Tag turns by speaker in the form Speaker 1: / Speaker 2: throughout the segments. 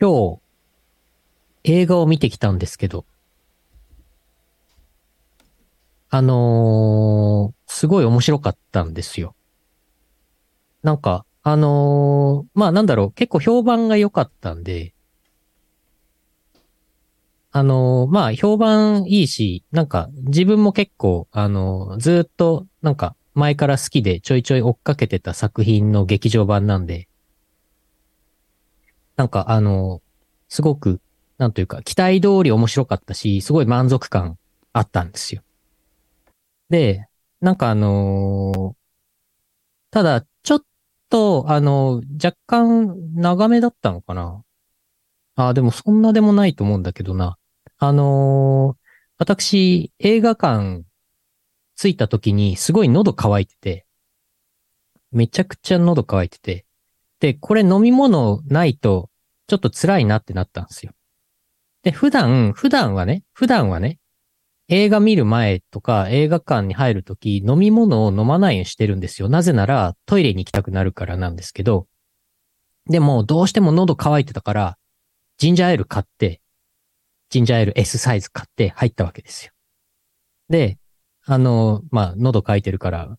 Speaker 1: 今日、映画を見てきたんですけど、あのーすごい面白かったんですよ。なんか、あのーまあなんだろう、結構評判が良かったんで、あのーまあ評判いいし、なんか自分も結構、あのーずーっと、なんか前から好きでちょいちょい追っかけてた作品の劇場版なんで、なんかあの、すごく、なんというか、期待通り面白かったし、すごい満足感あったんですよ。で、なんかあのーただ、ちょっと、あの若干長めだったのかな。あー、でもそんなでもないと思うんだけどな。あのー私、映画館着いた時にすごい喉乾いてて、めちゃくちゃ喉乾いてて、で、これ飲み物ないと、ちょっと辛いなってなったんですよ。で、普段、普段はね、普段はね、映画見る前とか映画館に入るとき飲み物を飲まないようにしてるんですよ。なぜならトイレに行きたくなるからなんですけど、でもどうしても喉乾いてたから、ジンジャーエール買って、ジンジャーエール S サイズ買って入ったわけですよ。で、あの、まあ、喉乾いてるから、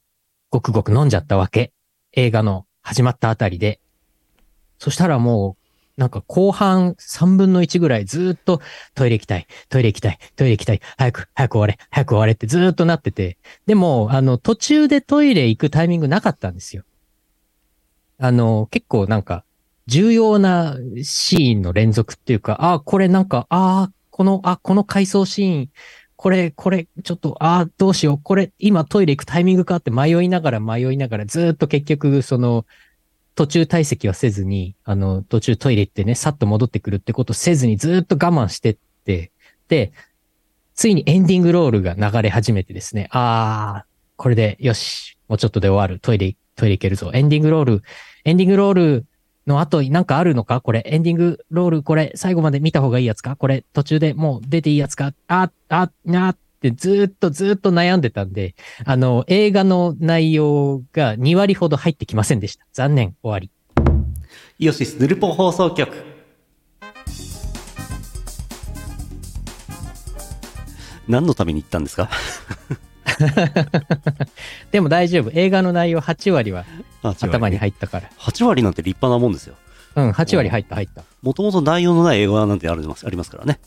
Speaker 1: ごくごく飲んじゃったわけ。映画の始まったあたりで。そしたらもう、なんか後半3分の1ぐらいずーっとトイレ行きたい、トイレ行きたい、トイレ行きたい、早く、早く終われ、早く終われってずーっとなってて。でも、あの、途中でトイレ行くタイミングなかったんですよ。あの、結構なんか、重要なシーンの連続っていうか、ああ、これなんか、ああ、この、あ、この回想シーン、これ、これ、ちょっと、ああ、どうしよう、これ、今トイレ行くタイミングかって迷いながら迷いながら、ずーっと結局、その、途中退席はせずに、あの、途中トイレ行ってね、さっと戻ってくるってことせずにずーっと我慢してって、で、ついにエンディングロールが流れ始めてですね、あー、これで、よし、もうちょっとで終わる、トイレ、トイレ行けるぞ、エンディングロール、エンディングロールの後になんかあるのかこれ、エンディングロール、これ、最後まで見た方がいいやつかこれ、途中でもう出ていいやつかあ、あ、なーってずーっとずーっと悩んでたんで、あの、映画の内容が2割ほど入ってきませんでした。残念、終わり。
Speaker 2: イオシスヌルポ放送局。何のために行ったんですか
Speaker 1: でも大丈夫。映画の内容8割は頭に入ったから。
Speaker 2: 8割なんて立派なもんですよ。
Speaker 1: うん、8割入った、入った。
Speaker 2: もともと内容のない映画なんてありますありますからね。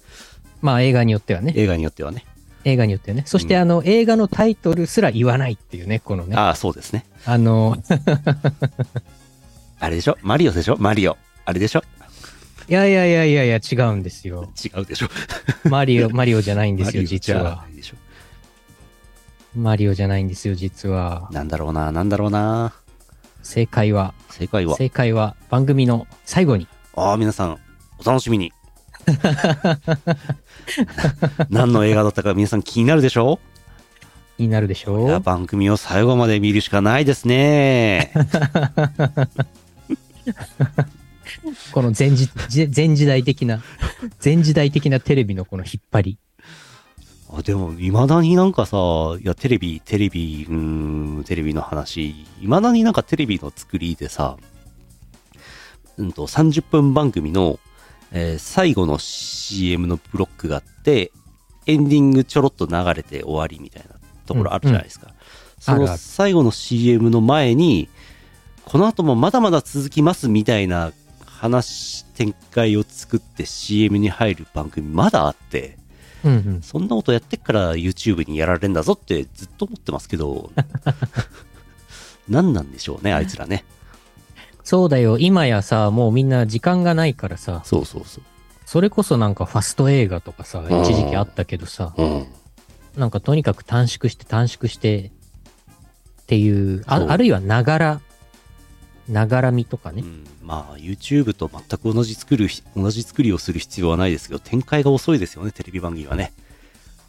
Speaker 1: まあ映画によってはね。
Speaker 2: 映画によってはね。
Speaker 1: 映画によってはね。そして
Speaker 2: うん
Speaker 1: あの、映画のタイトルすら言わないっていうね、このね。あ
Speaker 2: ああ、そうですね。
Speaker 1: の、
Speaker 2: あれでしょマリオでしょマリオ。あれでしょ
Speaker 1: いやいやいやいやいや、違うんですよ。
Speaker 2: 違うでしょ
Speaker 1: マリ オ、マリオじゃないんで
Speaker 2: マ
Speaker 1: す
Speaker 2: リオ
Speaker 1: よ、実
Speaker 2: じゃ
Speaker 1: は
Speaker 2: な。いでしょ
Speaker 1: マリオじゃないんですよ、実は。
Speaker 2: なんだろうな、なんだろうな。
Speaker 1: 正解は、
Speaker 2: 正解は。
Speaker 1: 正解は番組の最後に。
Speaker 2: ああ、皆さん、お楽し みに。何の映画だったか皆さん気になるでしょ
Speaker 1: になるでし
Speaker 2: いや
Speaker 1: ょう
Speaker 2: 番組を最後まで見るしかないですね。
Speaker 1: この前時じ前時代的 な、前時代的なテレビのこの引っ張り。
Speaker 2: あでも、いまだになんかさ、いや、テレビ、テレビ、うーん、テレビの話、いまだになんかテレビの作りでさ、うんと、30分番組の、えー最後の CM のブロックがあって、エンディングちょろっと流れて終わりみたいなところあるじゃないですか。そ
Speaker 1: あ
Speaker 2: の
Speaker 1: るある
Speaker 2: 最後の CM の前に、この後もまだまだ続きますみたいな話、展開を作って CM に入る番組まだあって、
Speaker 1: うんうん。
Speaker 2: そんなことやってっから YouTube にやられるんだぞってずっと思ってますけ ど、何なんでしょうね、あいつらね。
Speaker 1: そうだよ、今やさ、もうみんな時間がないからさ、
Speaker 2: そうそうそ
Speaker 1: それこそなんかファスト映画とかさ、
Speaker 2: うん
Speaker 1: 一時期あったけどさ、
Speaker 2: う。うん。
Speaker 1: なんかとにかく短縮して短縮してっていう、あ
Speaker 2: そう
Speaker 1: あるいはながら、ながらみとかね。
Speaker 2: まあ、YouTube と全く同じ作る、同じ作りをする必要はないですけど、展開が遅いですよね、テレビ番組はね。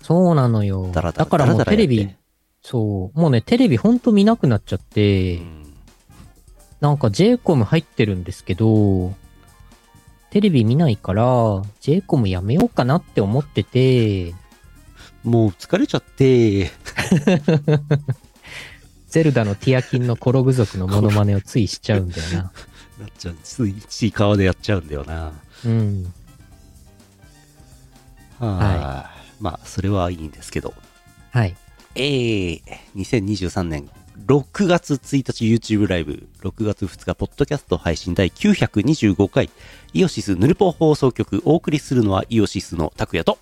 Speaker 1: そうなのよ。
Speaker 2: だらだら
Speaker 1: からもう
Speaker 2: だらだら
Speaker 1: テ
Speaker 2: や
Speaker 1: レ
Speaker 2: って
Speaker 1: ビ、そう、もうね、テレビほんと見なくなっちゃって、
Speaker 2: うん
Speaker 1: なんか JCOM 入ってるんですけど、テレビ見ないから、JCOM やめようかなって思ってて、
Speaker 2: もう疲れちゃって、
Speaker 1: ゼルダのティアキンのコログ族のモノマネをついしちゃうんだよな。
Speaker 2: なっちゃうついつい川でやっちゃうんだよな
Speaker 1: うん。
Speaker 2: はーい、まあそれはいいんですけど
Speaker 1: はい。
Speaker 2: えー、2023年6月1日 YouTube ライブ6月2日ポッドキャスト配信第925回イオシスヌルポ放送局お送りするのはイオシスの拓也と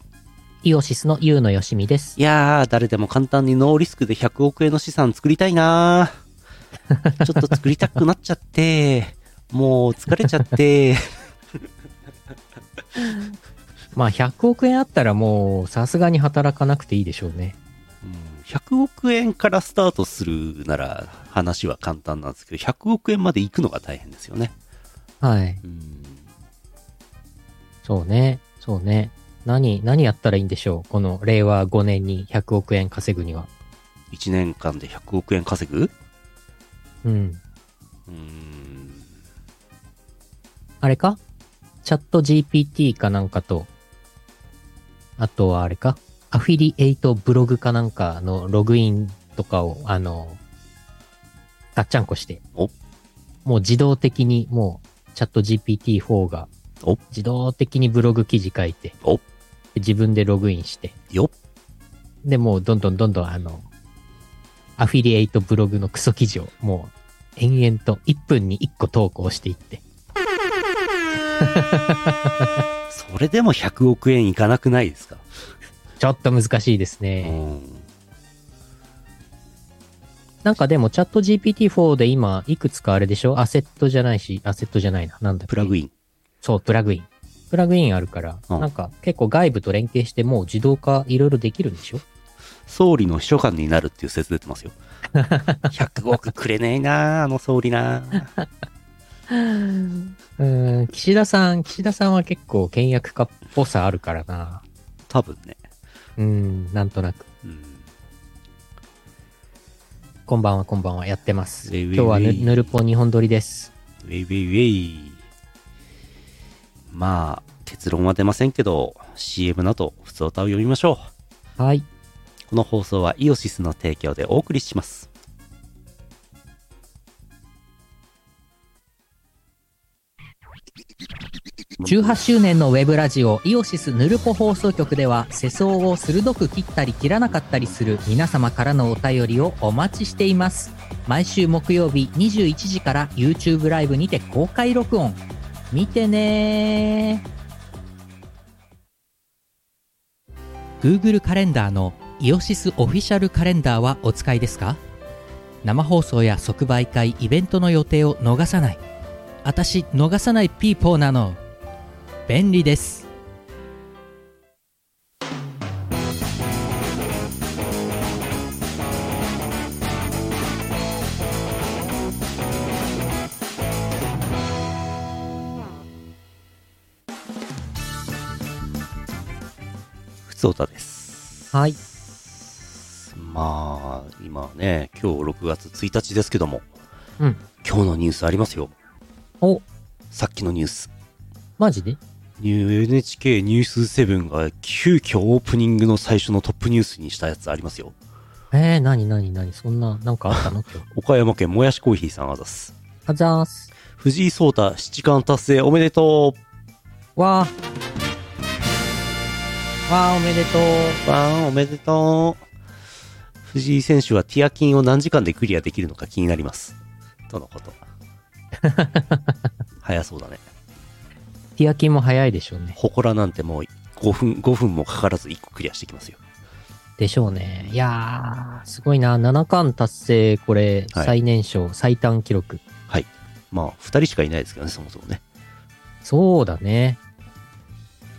Speaker 1: イオシスのユウのよしみです。
Speaker 2: いやー誰でも簡単にノーリスクで100億円の資産作りたいな ーちょっと作りたくなっちゃってもう疲れちゃって
Speaker 1: まあ、100億円あったらもう、さすがに働かなくていいでしょうね。
Speaker 2: うん100億円からスタートするなら話は簡単なんですけど100億円まで行くのが大変ですよね
Speaker 1: はい。
Speaker 2: うん
Speaker 1: そうね。そうね。何、何やったらいいんでしょうこの令和5年に100億円稼ぐには。
Speaker 2: 1年間で100億円稼ぐ
Speaker 1: うん。
Speaker 2: うーん
Speaker 1: あれかチャット GPT かなんかと、あとはあれかアフィリエイトブログかなんかのログインとかを、あの、ガッチャンコして
Speaker 2: お、
Speaker 1: もう自動的にもうチャット GPT4 が
Speaker 2: お
Speaker 1: 自動的にブログ記事書いて、
Speaker 2: お
Speaker 1: で自分でログインして、
Speaker 2: よ
Speaker 1: で、もうどんどんどんどんあの、アフィリエイトブログのクソ記事をもう延々と1分に1個投稿していって、
Speaker 2: それでも100億円いかなくないですか、
Speaker 1: ちょっと難しいですね。
Speaker 2: うん
Speaker 1: なんかでもチャット GPT4 で今いくつかあれでしょアセットじゃないし、アセットじゃないな。なんだっけ
Speaker 2: プラグ
Speaker 1: イン。
Speaker 2: イン
Speaker 1: そう、プラグイン。プラグインあるから、
Speaker 2: うん
Speaker 1: なんか結構外部と連携してもう自動化いろいろできるんでしょ
Speaker 2: 総理の秘書官になるっていう説出てますよ100億くれねえなあの総理な
Speaker 1: うーん、岸田さん、岸田さんは結構倹約家っぽさあるからな。
Speaker 2: 多分ね、
Speaker 1: うーん、なんとなく。
Speaker 2: うん
Speaker 1: こんばんは、こんばんは。やってます。
Speaker 2: ウェイウェイウェ
Speaker 1: 今
Speaker 2: イ
Speaker 1: 日はぬぬるぽ日本撮りです。
Speaker 2: ウェイウェイウェイまあ結論は出ませんけど CM など普通歌を読みましょ
Speaker 1: はい。
Speaker 2: うこの放送はイオシスの提供でお送りします
Speaker 1: 18周年のウェブラジオイオシスヌルポ放送局では世相を鋭く切ったり切らなかったりする皆様からのお便りをお待ちしています毎週木曜日21時から YouTube ライブにて公開録音見てねー Google カレンダーのイオシスオフィシャルカレンダーはお使いですか生放送や即売会イベントの予定を逃さない私逃さないピーポーなの便利です
Speaker 2: 普通歌です
Speaker 1: はい
Speaker 2: まあ今ね今日6月1日ですけども、
Speaker 1: うん
Speaker 2: 今日のニュースありますよ
Speaker 1: お
Speaker 2: さっきのニュース
Speaker 1: マジで
Speaker 2: ニュー NHK ニュース7が急遽オープニングの最初のトップニュースにしたやつありますよ
Speaker 1: えー、なになになにそんな、なんかあった の今日。
Speaker 2: 岡山県もやしコーヒーさんあざっす
Speaker 1: あざーす。
Speaker 2: 藤井聡太七冠達成おめでと
Speaker 1: わー。わー、おめでとう。
Speaker 2: うわーおめでとう藤井選手はティアキンを何時間でクリアできるのか気になりますとのこと 早そうだね
Speaker 1: ティアキンも早いでしょうね。
Speaker 2: 祠なんてもう5分5分もかからず1個クリアしてきますよ
Speaker 1: でしょうね。いやー、すごいな。七冠達成、これ、
Speaker 2: はい
Speaker 1: 最年少、最短記録。
Speaker 2: まあ2人しかいないですけどねそもそもね
Speaker 1: そうだね。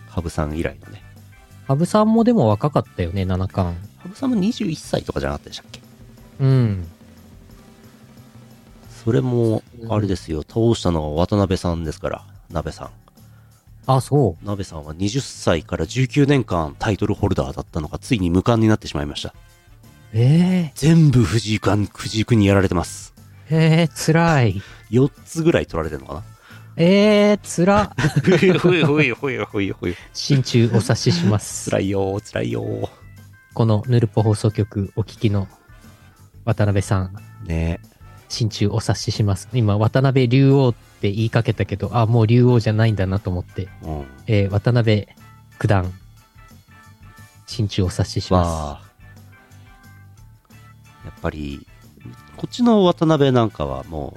Speaker 2: 羽生さん以来のね
Speaker 1: 羽生さんもでも若かったよね、七冠。
Speaker 2: 羽生さんも21歳とかじゃなかったでしたっけ
Speaker 1: うん。
Speaker 2: それも
Speaker 1: うん
Speaker 2: あれですよ倒したのは渡辺さんですから鍋さん
Speaker 1: あ、そ
Speaker 2: 鍋さんは20歳から19年間タイトルホルダーだったのがついに無冠になってしまいました
Speaker 1: う。え
Speaker 2: 全部藤井君藤井君にやられてます
Speaker 1: ー、えー、つらい。
Speaker 2: 4つぐらい取られてるのかな
Speaker 1: えー、つ ら。
Speaker 2: ふいふいふいふいふいふい
Speaker 1: 心中お察しします。
Speaker 2: つらいよつらいよ
Speaker 1: このヌルポ放送局お聞きの渡辺さん、
Speaker 2: ね
Speaker 1: 心中お察しします。今、渡辺竜王って言いかけたけど、あ、もう竜王じゃないんだなと思って、
Speaker 2: うん。
Speaker 1: えー渡辺九段、心中を察しします。
Speaker 2: まあ、やっぱり、こっちの渡辺なんかはも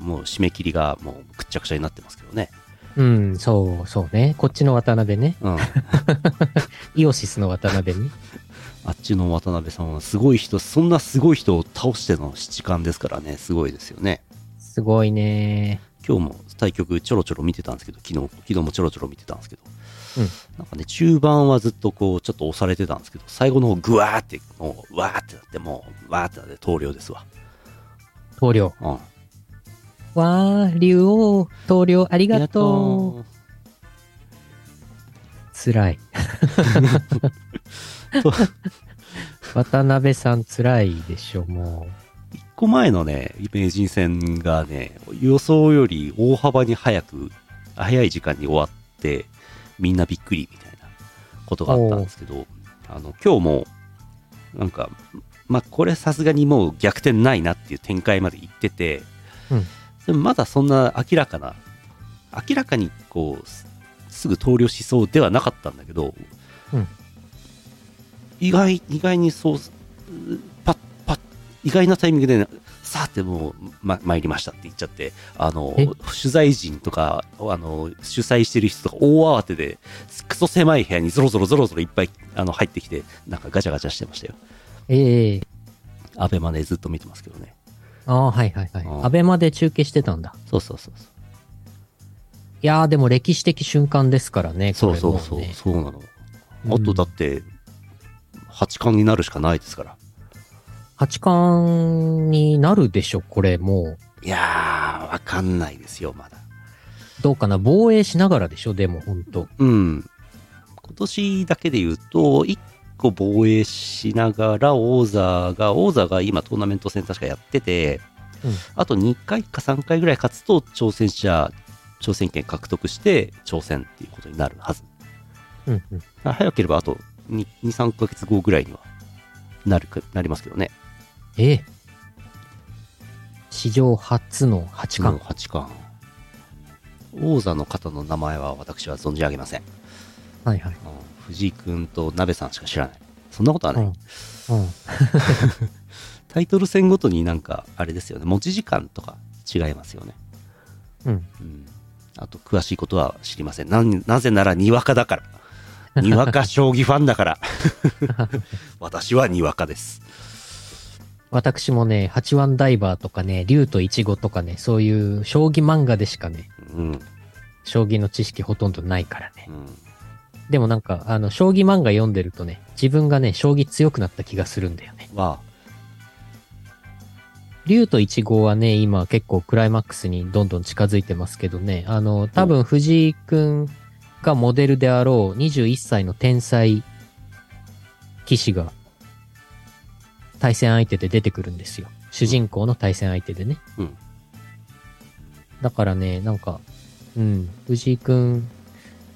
Speaker 2: う、もう締め切りがもうくっちゃくちゃになってますけどね。
Speaker 1: うん、そう、そうね。こっちの渡辺ね。
Speaker 2: うん。
Speaker 1: イオシスの渡辺に。
Speaker 2: あっちの渡辺さんはすごい人、そんなすごい人を倒しての七冠ですからね、すごいですよね。
Speaker 1: すごいね。
Speaker 2: 今日も対局ちょろちょろ見てたんですけど、昨日、昨日もちょろちょろ見てたんですけど、
Speaker 1: うん
Speaker 2: なんかね、中盤はずっとこう、ちょっと押されてたんですけど、最後の方、ぐわーって、もう、わーってなって、もう、わーってなって、投了ですわ。
Speaker 1: 棟梁。
Speaker 2: うん。あ
Speaker 1: わー、竜王、棟梁、ありがとう。
Speaker 2: う。
Speaker 1: 辛 い。 渡辺さん辛いでしょ、も
Speaker 2: 一個前のね、名人戦がね、予想より大幅に早く、早い時間に終わって、みんなびっくりみたいなことがあったんですけど、あの、今日も、なんか、まあ、これさすがにもう逆転ないなっていう展開まで行ってて、
Speaker 1: うん
Speaker 2: でもまだそんな明らかな、明らかにこう、すすぐ投了しそうではなかったんだけど、
Speaker 1: うん
Speaker 2: 意外、意外にそう、パッパッ意外なタイミングで、さあってもう、ま、参りましたって言っちゃって、あの、
Speaker 1: え
Speaker 2: 取材陣とか、あの、主催してる人とか大慌てで、クソ狭い部屋にゾロゾロゾロゾロいっぱい、あの、入ってきて、なんかガチャガチャしてましたよ。
Speaker 1: う。ええ
Speaker 2: アベマでずっと見てますけどね。
Speaker 1: ああ、はいはいはい
Speaker 2: あ。ー
Speaker 1: アベマで中継してたんだ。
Speaker 2: そうそうそうそう。
Speaker 1: いやー、でも歴史的瞬間ですからね、
Speaker 2: そ
Speaker 1: こ
Speaker 2: う
Speaker 1: れ
Speaker 2: そ
Speaker 1: も
Speaker 2: う
Speaker 1: ね。
Speaker 2: そう、そうなの。
Speaker 1: うん
Speaker 2: あとだって、八冠になるしかないですから。
Speaker 1: 八冠になるでしょ、これも
Speaker 2: いやー、わかんないですよ、まだ。
Speaker 1: う。どうかな、防衛しながらでしょ、でも、ほんと。
Speaker 2: うん。今年だけで言うと、1個防衛しながら、王座が、王座が今トーナメント戦確かやってて、
Speaker 1: うん
Speaker 2: あと2回か3回ぐらい勝つと、挑戦者、挑戦権獲得して、挑戦っていうことになるはず。
Speaker 1: うんうん。
Speaker 2: 早ければあと2、2 3ヶ月後ぐらいにはなるか、なりますけどね。
Speaker 1: ええ史上初の八
Speaker 2: もう
Speaker 1: 冠。
Speaker 2: 八冠。王座の方の名前は私は存じ上げません。
Speaker 1: はいはい。
Speaker 2: うん藤井君と鍋さんしか知らない。そんなことはない。
Speaker 1: うん。うん。
Speaker 2: タイトル戦ごとになんか、あれですよね、持ち時間とか違いますよね。
Speaker 1: うん。
Speaker 2: うん。あと、詳しいことは知りません。なんなぜなら、にわか だから。にわか将棋ファンだから。 私はにわかです。
Speaker 1: 私もね、八腕ダイバーとかね、竜とイチゴとかね、そういう将棋漫画でしかね、
Speaker 2: うん。うん。
Speaker 1: 将棋の知識ほとんどないからね。でもなんか、あの、将棋漫画読んでるとね、自分がね、将棋強くなった気がするんだよね。
Speaker 2: は、
Speaker 1: 竜とイチゴはね、今結構クライマックスにどんどん近づいてますけどね、あの、多分藤井くんがモデルであろう21歳の天才騎士が対戦相手で出てくるんですよ。主人公の対戦相手でね。
Speaker 2: うん
Speaker 1: だからね、なんか、うん、藤井くん、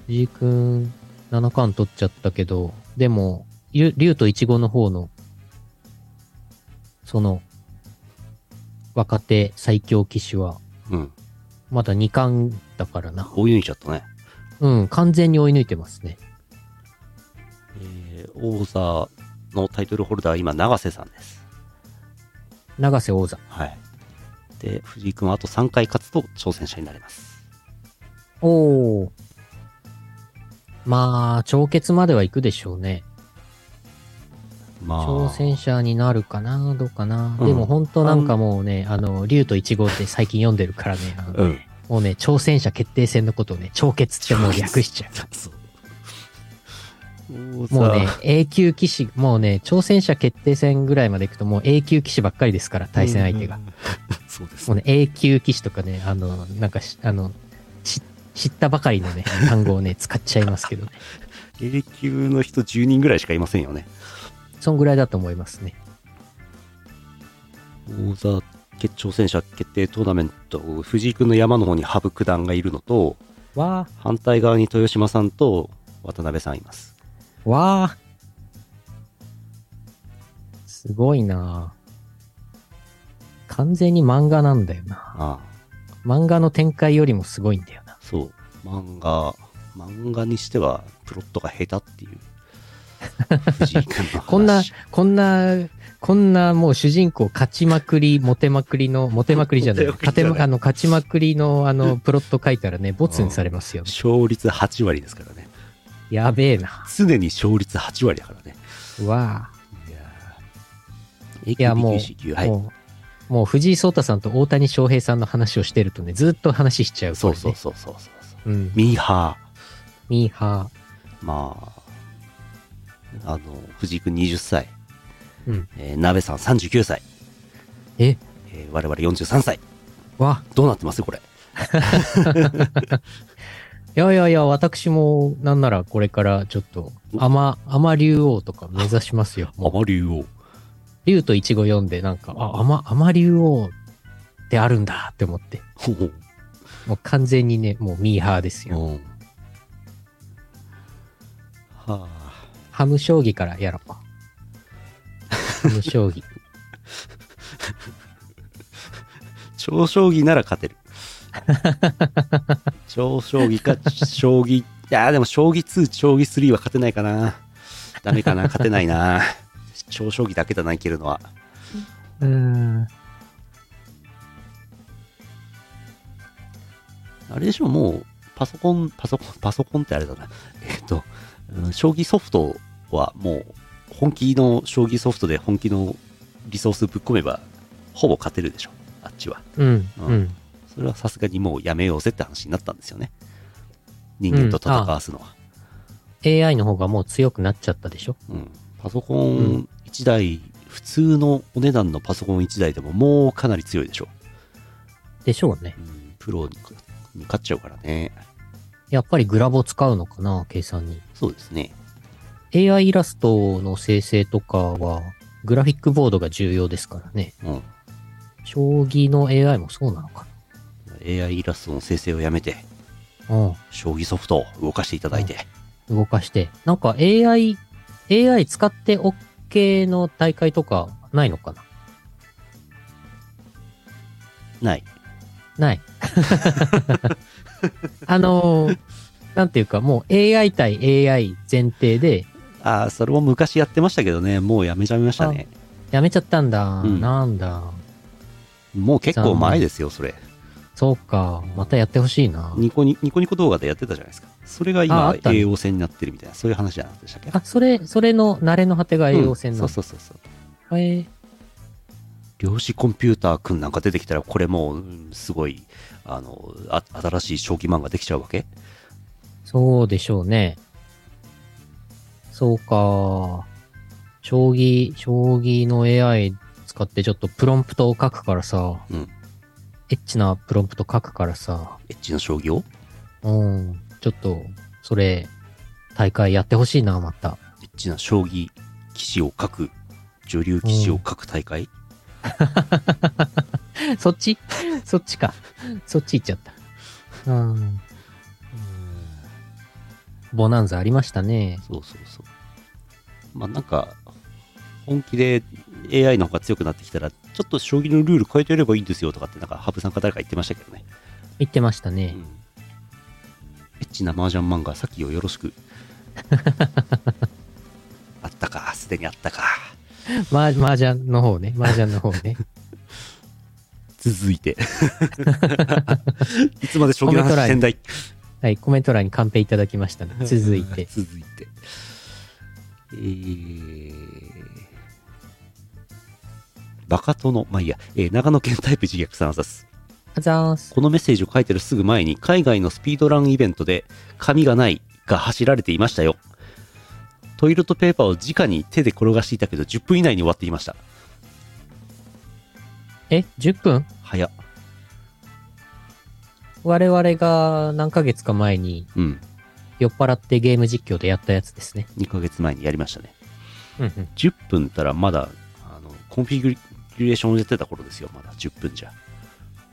Speaker 1: 藤井くん、七冠取っちゃったけど、でも、ゆ竜とイチゴの方の、その、若手最強騎士は、
Speaker 2: うん。
Speaker 1: まだ2冠だからな。
Speaker 2: 追い抜いちゃったね。
Speaker 1: うん、完全に追い抜いてますね。
Speaker 2: えー、王座のタイトルホルダーは今、永瀬さんです。
Speaker 1: 永瀬王座。
Speaker 2: はい。で、藤井君はあと3回勝つと挑戦者になります。
Speaker 1: おー。まあ、超決まではいくでしょうね。
Speaker 2: まあ、
Speaker 1: 挑戦者になるかな、どうかな。
Speaker 2: うん
Speaker 1: でも本当なんかもうね、あの、竜と一号って最近読んでるからね、あの
Speaker 2: うん。
Speaker 1: もうね、挑戦者決定戦のことをね、超決ってもう略しちゃ
Speaker 2: そう。
Speaker 1: う。もうね、A 級騎士、もうね、挑戦者決定戦ぐらいまでいくともう A 級騎士ばっかりですから、対戦相手が。
Speaker 2: うん。そうです
Speaker 1: もうね、A 級騎士とかね、あの、なんかし、あの、し知ったばかりの ね、単語をね、使っちゃいますけどね。
Speaker 2: A 級の人10人ぐらいしかいませんよね。
Speaker 1: そんぐらいだと思いますね。
Speaker 2: 王座決挑戦者決定トーナメント、藤井君の山の方に羽生九段がいるのと、
Speaker 1: わ
Speaker 2: 反対側に豊島さんと渡辺さんいます。
Speaker 1: ー、わー。すごいなあ完全に漫画なんだよな。
Speaker 2: ああ
Speaker 1: 漫画の展開よりもすごいんだよな。
Speaker 2: そう漫画漫画にしてはプロットが下手って いう藤井君の話
Speaker 1: こんな、こんな、こんなもう主人公勝ちまくり、モテまくりの、モテまくりじゃない、
Speaker 2: モテまくりじゃない
Speaker 1: 勝てまあの勝ちまくりのあのプロット書いたらね、ボツにされますよ。
Speaker 2: 勝率8割ですからね
Speaker 1: やべえな。
Speaker 2: 常に勝率8割だからね
Speaker 1: わ
Speaker 2: いや
Speaker 1: いやもう
Speaker 2: AKB99
Speaker 1: あ、
Speaker 2: はい
Speaker 1: もう、もう藤井聡太さんと大谷翔平さんの話をしてるとね、ずっと話しちゃう、
Speaker 2: そうそう
Speaker 1: こ
Speaker 2: そうそうそうそう
Speaker 1: れね。うん。
Speaker 2: ミーハ
Speaker 1: ミーハ
Speaker 2: ーまああの藤井君20歳、
Speaker 1: ー。うん。
Speaker 2: えー、鍋さん39歳、
Speaker 1: え、
Speaker 2: えー我々43歳
Speaker 1: わ、
Speaker 2: どうなってますこれ
Speaker 1: いやいやいや、私も、なんならこれからちょっと、天、天竜王とか目指しますよ。
Speaker 2: まりを
Speaker 1: 竜とイチゴ読んで、なんか、あ、天、天竜王ってあるんだって思って。
Speaker 2: ほう
Speaker 1: もう完全にね、もうミーハーですよ。
Speaker 2: うんはあ
Speaker 1: ハム将棋からやろう。ハム将棋。
Speaker 2: 超将棋なら 勝てる超将棋か将棋いやーでも将棋2将棋3は勝てないかなダメかな勝てないな超将棋だけだな生けるのは
Speaker 1: うーん。
Speaker 2: あれでしょもうパソコンパソコンパソコンってあれだなえっ、と、うん将棋ソフトはもう本気の将棋ソフトで本気のリソースぶっ込めばほぼ勝てるでしょあっちは
Speaker 1: うん。
Speaker 2: うん
Speaker 1: うん。
Speaker 2: それはさすがにもうやめようぜって話になったんですよね人間と戦わすのは、
Speaker 1: AI の方がもう強くなっちゃったでしょ
Speaker 2: うん、パソコ
Speaker 1: う
Speaker 2: ン1台、普通のお値段のパソコン1台でももうかなり強いでしょ、
Speaker 1: でしょうね。
Speaker 2: うん、プロにに勝っちゃうからね
Speaker 1: やっぱりグラボ使うのかな、計算に。
Speaker 2: そうですね
Speaker 1: AI イラストの生成とかは、グラフィックボードが重要ですからね。
Speaker 2: うん
Speaker 1: 将棋の AI もそうなのか
Speaker 2: AI イラストの生成をやめて
Speaker 1: な。うん。
Speaker 2: 将棋ソフトを動かしていただいて、
Speaker 1: 動かして。なんか AI、AI 使って OK の大会とかないのかな
Speaker 2: ない
Speaker 1: ない。あのーなんていうか、もう AI 対 AI 前提で、
Speaker 2: ああそれも昔やってましたけどねもうやめちゃいましたね
Speaker 1: やめちゃったんだ、
Speaker 2: うん
Speaker 1: なんだ。
Speaker 2: もう結構前ですよそれ
Speaker 1: そうか、またやってほしいな。
Speaker 2: ニコニニコニコ動画でやってたじゃないですかそれが
Speaker 1: ああ
Speaker 2: 今
Speaker 1: ったね
Speaker 2: 栄養戦になってるみたいなそういう話じゃなかったでしたっけ
Speaker 1: あ、それ、それの慣れの果てが栄養戦な
Speaker 2: う
Speaker 1: の
Speaker 2: ん、そうそうそうそう
Speaker 1: へえ
Speaker 2: 量子コンピューターくんなんか出てきたらこれもううんすごいあのあ新しい将棋漫画できちゃうわけ
Speaker 1: そうでしょうね。そうか。将棋、将棋の AI 使ってちょっとプロンプトを書くからさ、
Speaker 2: うん
Speaker 1: エッチなプロンプト書くからさ、
Speaker 2: エッジの将棋を
Speaker 1: うん、ちょっと、それ、大会やってほしいな、また。
Speaker 2: エッジな将棋棋士を書く女流棋士を書く大会、
Speaker 1: そっち そっちか。そっち行っちゃった。うん。ボナンザありましたね。
Speaker 2: そうそうそうまあなんか本気で AI の方が強くなってきたらちょっと将棋のルール変えてやればいいんですよとかってなんか羽生さんか誰か言ってましたけどね、
Speaker 1: 行ってました
Speaker 2: う
Speaker 1: ね。
Speaker 2: ん、エッチな麻雀漫画さっきをよろしく あったかすでにあったか
Speaker 1: マーマージャンの方ね。マージャンの方 ね。
Speaker 2: 続いて。 いつまで将棋の話してんだい
Speaker 1: はい、コメント欄にカンペいただきましたね。続いて。
Speaker 2: 続いて。えー、バカ殿、まあいいや、えー長野県タイプ自虐さんあざっす。
Speaker 1: あざーす。
Speaker 2: このメッセージを書いてるすぐ前に、海外のスピードランイベントで、紙がないが走られていましたよ。トイレットペーパーを直に手で転がしていたけど、10分以内に終わっていました。
Speaker 1: え、10分
Speaker 2: 早っ。
Speaker 1: 我々が何ヶ月か前に
Speaker 2: うん。
Speaker 1: 酔っ払ってゲーム実況でやったやつですね。
Speaker 2: 2ヶ月前にやりましたね。
Speaker 1: うんうん。
Speaker 2: 10分たらまだあのコンフィギュレーションをやってた頃ですよまだ10分じゃ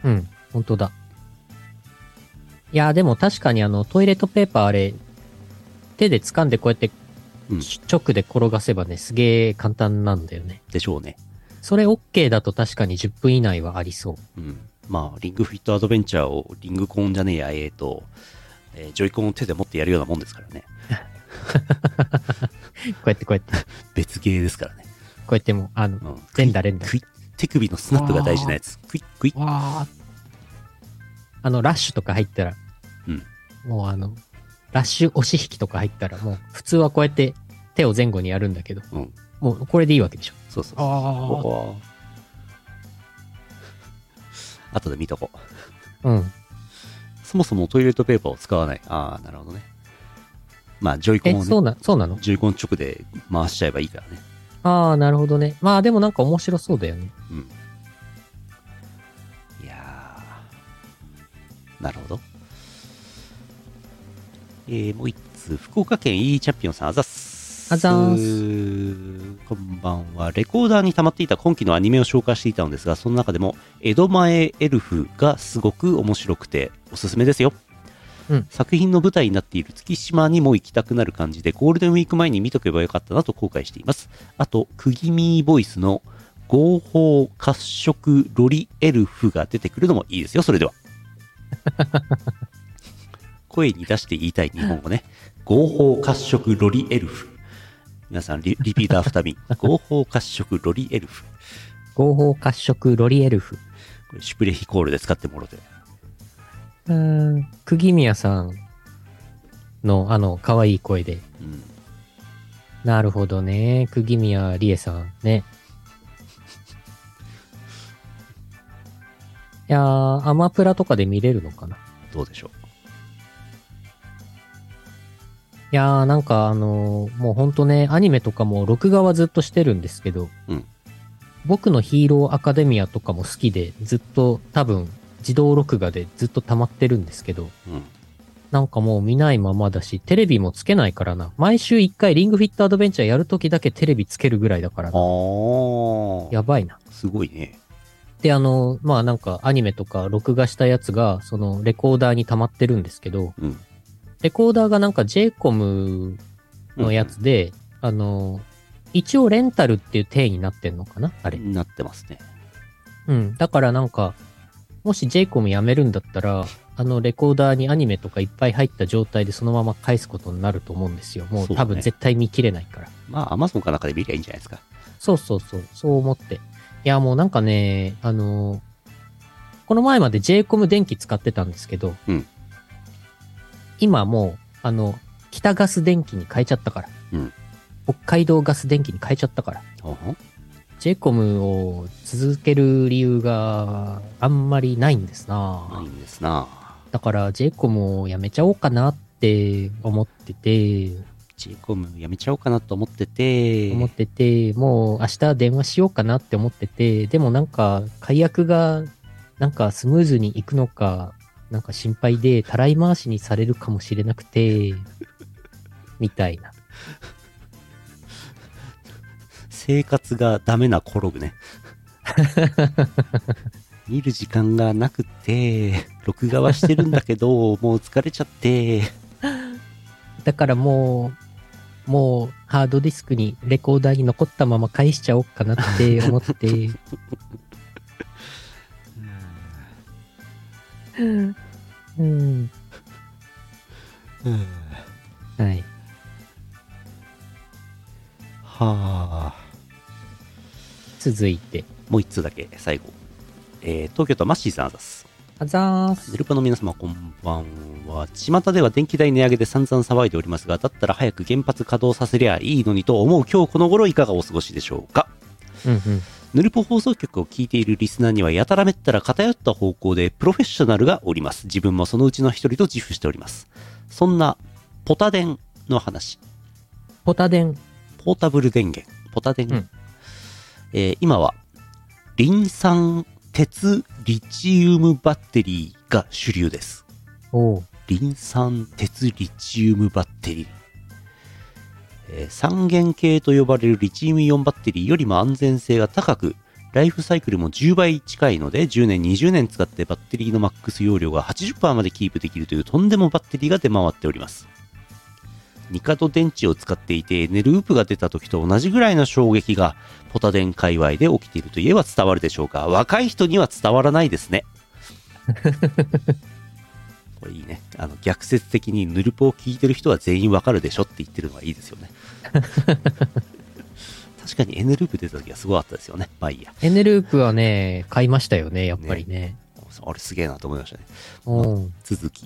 Speaker 1: うん、本当だ。いやー、でも確かにあの、トイレットペーパーあれ、手で掴んでこうやって
Speaker 2: うん、
Speaker 1: 直で転がせばね、すげえ簡単なんだよね。
Speaker 2: でしょうね
Speaker 1: それ OK だと確かに10分以内はありそう。
Speaker 2: うんまあ、リングフィットアドベンチャーをリングコーンじゃねえや、えーと、えージョイコンを手で持ってやるようなもんですからね。
Speaker 1: こうやってこうやって、こ
Speaker 2: 別ゲーですからね。
Speaker 1: うやってもう、あの、
Speaker 2: うん、
Speaker 1: 連打連打
Speaker 2: クイッ手首のスナップが大事なやつ。クイックイッ。
Speaker 1: わあの、ラッシュとか入ったら、
Speaker 2: うん
Speaker 1: もうあの、ラッシュ押し引きとか入ったら、もう普通はこうやって手を前後にやるんだけど、
Speaker 2: うん
Speaker 1: もうこれでいいわけでしょ。
Speaker 2: そうそうそう。
Speaker 1: あ
Speaker 2: あ後で見とこう。
Speaker 1: あ。うん。
Speaker 2: そもそもトイレットペーパーを使わない。ああ、なるほどね。まあ、ジョイコン
Speaker 1: え、
Speaker 2: を
Speaker 1: そう
Speaker 2: ね、
Speaker 1: な、そうなの
Speaker 2: ジョイコン直で回しちゃえばいいからね。
Speaker 1: ああ、なるほどね。まあでもなんか面白そうだよね。
Speaker 2: うん。いやーなるほど。えー、もう一つ、福岡県 E チャンピオンさん、あざっす。
Speaker 1: あざー
Speaker 2: こんばんは。レコーダーに溜まっていた今期のアニメを紹介していたのですが、その中でも、江戸前エルフがすごく面白くて、おすすめですよ。
Speaker 1: うん
Speaker 2: 作品の舞台になっている月島にも行きたくなる感じで、ゴールデンウィーク前に見とけばよかったなと後悔しています。あと、くぎみーボイスの合法褐色ロリエルフが出てくるのもいいですよ、そ れでは。声に出して言いたい日本語ね。合法褐色ロリエルフ。皆さんリ、リピーター 再び。合法褐色ロリエルフ。
Speaker 1: 合法褐色ロリエルフ。
Speaker 2: これシュプレヒコールで使ってもろて。
Speaker 1: うーん。釘宮さんのあの、可愛い声で。
Speaker 2: うん。
Speaker 1: なるほどね。釘宮理恵さんね。いやー、アマプラとかで見れるのかな。
Speaker 2: どうでしょ
Speaker 1: いやー、なんかあのーもうほんとね、アニメとかも録画はずっとしてるんですけど、
Speaker 2: うん
Speaker 1: 僕のヒーローアカデミアとかも好きで、ずっと多分自動録画でずっと溜まってるんですけど、
Speaker 2: う。うん。
Speaker 1: なんかもう見ないままだし、テレビもつけないからな。毎週一回リングフィットアドベンチャーやるときだけテレビつけるぐらいだからな。
Speaker 2: ああ。
Speaker 1: やばいな。
Speaker 2: すごいね。
Speaker 1: で、あの、まあなんかアニメとか録画したやつが、そのレコーダーに溜まってるんですけど、
Speaker 2: うん
Speaker 1: レコーダーがなんか JCOM のやつで、あの、一応レンタルっていう体になってんのかなあれ。
Speaker 2: なってますね。
Speaker 1: うん。だからなんか、もし JCOM やめるんだったら、あのレコーダーにアニメとかいっぱい入った状態でそのまま返すことになると思うんですよ。もう
Speaker 2: そう
Speaker 1: 多
Speaker 2: ね
Speaker 1: 分絶対見切れないから。
Speaker 2: まあ、アマゾンかなんかで見りゃいいんじゃないですか。
Speaker 1: そうそうそう、そう思って。いや、もうなんかね、あのーこの前まで JCOM 電気使ってたんですけど、
Speaker 2: うん
Speaker 1: 今もう、あの、北ガス電気に変えちゃったから、
Speaker 2: うん
Speaker 1: 北海道ガス電気に変えちゃったから、
Speaker 2: あは
Speaker 1: JCOM を続ける理由があんまりないんです
Speaker 2: な
Speaker 1: ない
Speaker 2: んですな。
Speaker 1: だから JCOM をやめちゃおうかなって思ってて、
Speaker 2: ジェイコムやめちゃおうかなと思ってて。
Speaker 1: 思ってて、もう明日電話しようかなって思ってて、でもなんか解約がなんかスムーズにいくのか、なんか心配で、たらい回しにされるかもしれなくて、みたいな。
Speaker 2: 生活がダメな転ぶね。見る時間がなくて、録画はしてるんだけど、もう疲れちゃって、
Speaker 1: だからもう、もうハードディスクにレコーダーに残ったまま返しちゃおうかな って思って、うん、
Speaker 2: は
Speaker 1: はい。
Speaker 2: あ。
Speaker 1: 続いて、
Speaker 2: もう一通だけ、最後。えー東京都マッシーさんあざっす。
Speaker 1: あざーす。
Speaker 2: ゼルパの皆様こんばんは。巷では電気代値上げで散々騒いでおりますが、だったら早く原発稼働させりゃいいのにと思う今日この頃いかがお過ごしでしょうか
Speaker 1: うんうん。
Speaker 2: ヌルポ放送局を聞いているリスナーにはやたらめったら偏った方向でプロフェッショナルがおります。自分もそのうちの一人と自負しております。そんなポタ電の話、
Speaker 1: ポタデン。
Speaker 2: ポータブル電源、ポタ電、
Speaker 1: うん
Speaker 2: えー今はリン酸鉄リチウムバッテリーが主流です。
Speaker 1: おう。
Speaker 2: リン酸鉄リチウムバッテリー。えー三元系と呼ばれるリチウムイオンバッテリーよりも安全性が高く、ライフサイクルも10倍近いので、10年、20年使ってバッテリーのマックス容量が80%までキープできるというとんでもバッテリーが出回っております。ニカド電池を使っていて、エネループが出た時と同じぐらいの衝撃が、ポタ電界隈で起きているといえば伝わるでしょうか。若い人には伝わらないですね。これいいね。あの、逆説的にヌルポを聞いてる人は全員わかるでしょって言ってるのがいいですよね。確かに N ループ出た時はすごかったですよね。まあいいや。
Speaker 1: エネループはね、買いましたよね、やっぱりね。
Speaker 2: あれすげえなと思いましたね。
Speaker 1: うん。
Speaker 2: 続き。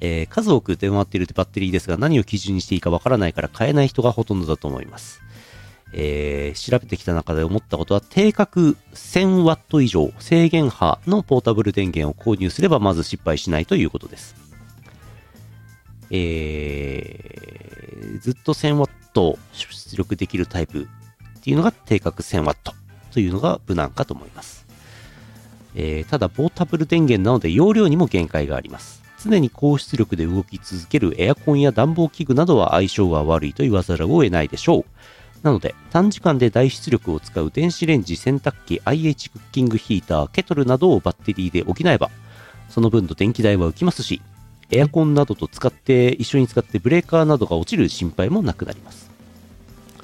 Speaker 2: えー数多く出回っているバッテリーですが何を基準にしていいかわからないから買えない人がほとんどだと思います、えー調べてきた中で思ったことは定格 1000W 以上制限波のポータブル電源を購入すればまず失敗しないということです、えーずっと 1000W 出力できるタイプっていうのが定格 1000W というのが無難かと思いますえーただポータブル電源なので容量にも限界があります常に高出力で動き続けるエアコンや暖房器具などは相性が悪いと言わざるを得ないでしょうなので短時間で大出力を使う電子レンジ洗濯機 IH クッキングヒーターケトルなどをバッテリーで補えばその分の電気代は浮きますしエアコンなどと使って一緒に使ってブレーカーなどが落ちる心配もなくなります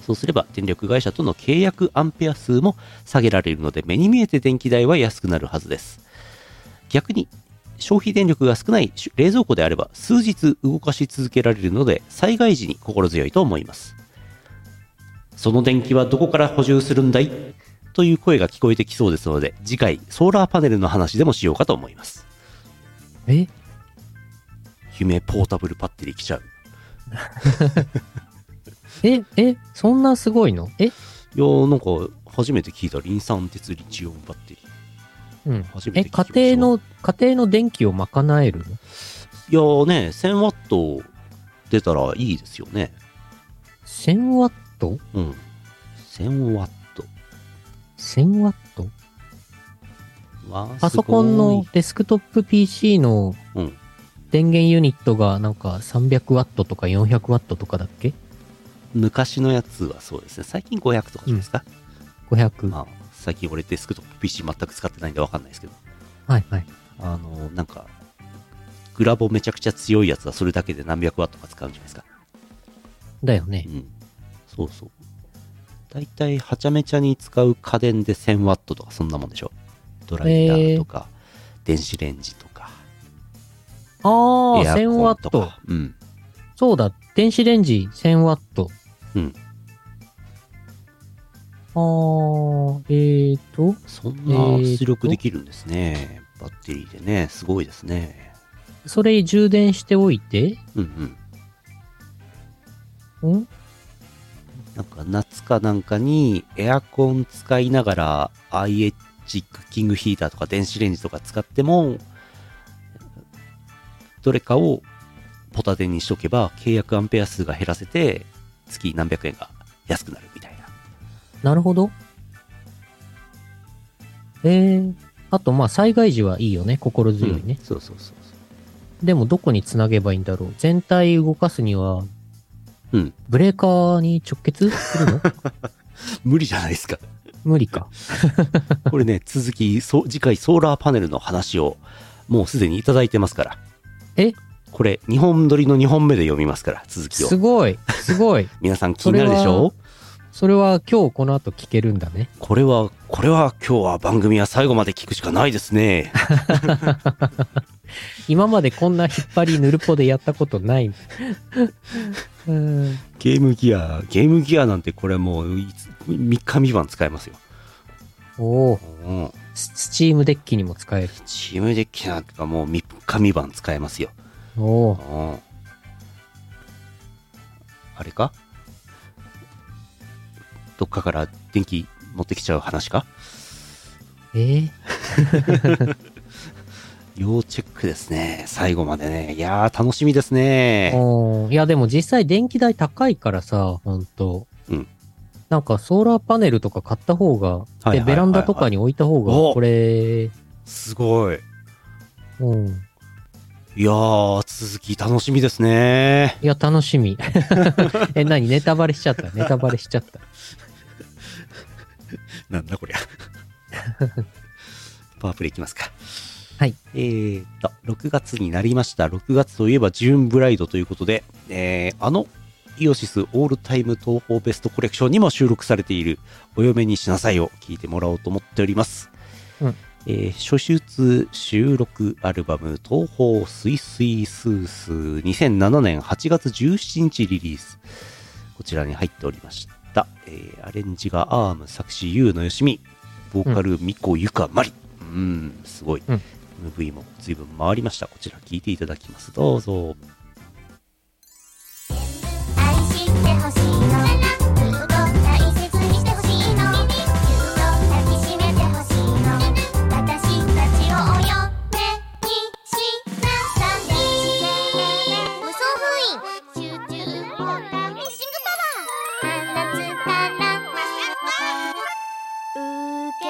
Speaker 2: そうすれば電力会社との契約アンペア数も下げられるので目に見えて電気代は安くなるはずです逆に消費電力が少ない冷蔵庫であれば数日動かし続けられるので災害時に心強いと思いますその電気はどこから補充するんだいという声が聞こえてきそうですので次回ソーラーパネルの話でもしようかと思います
Speaker 1: え
Speaker 2: 夢ポータブルバッテリー来ちゃう
Speaker 1: ええそんなすごいのえ
Speaker 2: いやーなんか初めて聞いたリン酸鉄リチウムバッテリー
Speaker 1: うん
Speaker 2: 初。め
Speaker 1: え、
Speaker 2: て聞きま
Speaker 1: 家
Speaker 2: した
Speaker 1: 庭の、家庭の電気を賄えるの
Speaker 2: いやーね 1000W 出たらいいですよね
Speaker 1: ?1000 ワット
Speaker 2: うん 1000W
Speaker 1: ?1000 ワット
Speaker 2: はすごい
Speaker 1: パソコンのデスクトップ PC の
Speaker 2: うん
Speaker 1: 電源ユニットがなんか300ワットとか400ワットとかだっけ
Speaker 2: 昔のやつはそうですね最近500とかじゃないですか、
Speaker 1: ?500。
Speaker 2: まあ、最近俺デスクトップ PC 全く使ってないんで分かんないですけど
Speaker 1: はいはい。
Speaker 2: あのなんかグラボめちゃくちゃ強いやつはそれだけで何百ワットか使うんじゃないですか
Speaker 1: だよね
Speaker 2: う。んそうそう大体はちゃめちゃに使う家電で1000ワットとかそんなもんでしょドライヤーとか、電子レンジとか
Speaker 1: ああ、
Speaker 2: エア
Speaker 1: 1000
Speaker 2: コン
Speaker 1: ワッ
Speaker 2: と
Speaker 1: ト。
Speaker 2: かうん
Speaker 1: そうだ、電子レンジ1000ワット。
Speaker 2: うん。
Speaker 1: あー、えーと、
Speaker 2: そん
Speaker 1: え
Speaker 2: な
Speaker 1: ーと
Speaker 2: 出力できるんですね、バッテリーでねすごいですね
Speaker 1: それ充電しておいて、
Speaker 2: うんうん
Speaker 1: ん
Speaker 2: なんか夏かなんかにエアコン使いながら IH クッキングヒーターとか電子レンジとか使ってもどれかをポタ電にしとけば契約アンペア数が減らせて月何百円が安くなるみたいな
Speaker 1: なるほど。えー、あとまあ災害時はいいよね、心強いね。
Speaker 2: そうそうそう
Speaker 1: でもどこにつなげばいいんだろう。全体動かすには、
Speaker 2: そううん
Speaker 1: ブレーカーに直 結するの
Speaker 2: 無理じゃないですか
Speaker 1: 無理か。
Speaker 2: これね続きそう次回ソーラーパネルの話をもうすでにいただいてますから
Speaker 1: え
Speaker 2: これ2本撮りの2本目で読みますから続きを
Speaker 1: すごい、すごい。
Speaker 2: 皆さん気になるでし
Speaker 1: それ
Speaker 2: ょ
Speaker 1: は
Speaker 2: う
Speaker 1: それは今日この後聞けるんだね。
Speaker 2: これは、これは今日は番組は最後まで聞くしかないですね。
Speaker 1: 今までこんな引っ張りぬるぽでやったことない。うん
Speaker 2: ゲームギア、ゲームギアなんてこれもういつ3日未満使えますよ。
Speaker 1: おお、
Speaker 2: うん。
Speaker 1: ススチームデッキにも使える。
Speaker 2: チームデッキなんかもう3日未満使えますよ。
Speaker 1: お
Speaker 2: う
Speaker 1: お、
Speaker 2: ん。あれかどっかから電気持ってきちゃう話か
Speaker 1: えー、
Speaker 2: 要チェックですね。最後までね。いやー、楽しみですね。
Speaker 1: おーいやでも実際電気代高いからさ、ほんと。
Speaker 2: うん
Speaker 1: なんかソーラーパネルとか買った方が、
Speaker 2: いはいはい
Speaker 1: で、
Speaker 2: はい
Speaker 1: ベランダとかに置いた方が、
Speaker 2: お
Speaker 1: これ、
Speaker 2: すごい。
Speaker 1: うん。
Speaker 2: いやー、続き楽しみですね。
Speaker 1: いや、楽し み。え、何ネタバレしちゃった。ネタバレしちゃった。
Speaker 2: なんだこり ゃ。パワープレイいきますか。
Speaker 1: はい。
Speaker 2: えーっと、6月になりました。6月といえばジューンブライドということで、えーあの、イオシスオールタイム東宝ベストコレクションにも収録されている、お嫁にしなさいを聞いてもらおうと思っております。
Speaker 1: うん
Speaker 2: えー初出収録アルバム「東宝スイスイスースー」2007年8月17日リリースこちらに入っておりました、えーアレンジがアーム作詞 YOU のよしみボーカルミコユカマリうんすごい、
Speaker 1: うん
Speaker 2: MV も随分回りましたこちら聴いていただきますどうぞ
Speaker 3: 愛してほしいのずっと大切にしてほしいのぎゅっと抱きしめてほしいの私たちをお嫁にしなさい無双封印集中ボタンミッシングパワー放つたら受け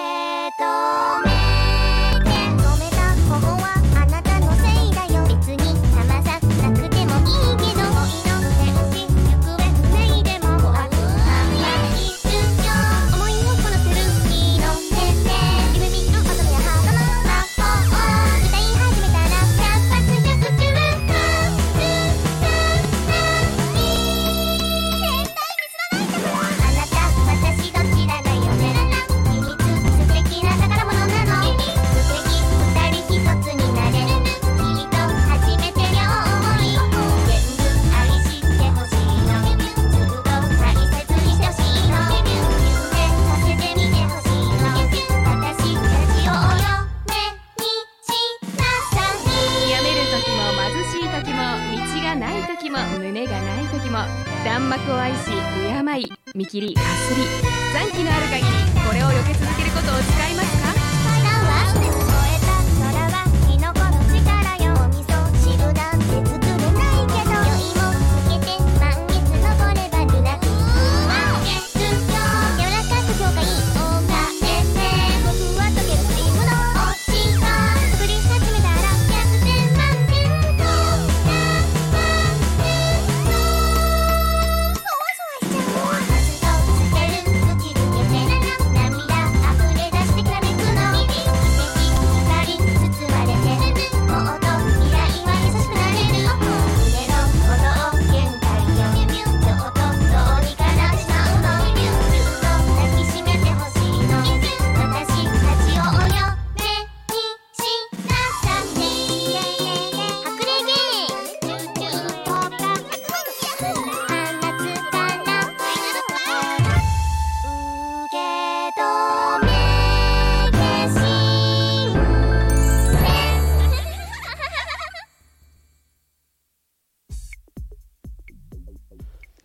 Speaker 3: 止めて止めたここはあなたのせいだよ別に騙さなくてもいいけど恋の天使行方不明でも怖くない一瞬思いをこなせる色鮮明夢見る乙女やハートの魔法を歌い始めたら百発百中ル絶対ミスらないんだからあなた私どちらだよね秘密すべてを教えてな宝物なの素敵二人一つになれるきっと初めて両思い全部愛してほしいのずっと大切にしてほしいの夢させてみてほしいの私たちをお嫁にしなさい
Speaker 4: やめる時も貧しい時も道がない時も胸がない時も弾幕を愛し敬い見切りかすり残機のある限りこれを避け続けることを誓いますか
Speaker 3: 「燃えた空はキノコの力よ」「お味噌汁なんて作れないけど」「酔いも受けて満月登ればルナピー」「満月よ」「柔らかく評価いい」「おかえて」「僕は溶けるクリームの落ちが」「作り始めたら100点満点と」「そわそわしちゃう」「ずっとつける」「ぐきぐきで」「涙あふれ出してきらめくの」「奇跡光包まれて」「もっと未来は優しくなれる」「胸の音を限界よ」「ちょっとどうにかなっちゃうの」「ずっと抱きしめてほしいの」「私たちをお嫁にしなさい」「白麗芸能」「チューチューポーカー」「あなつかな」「受け止めてしん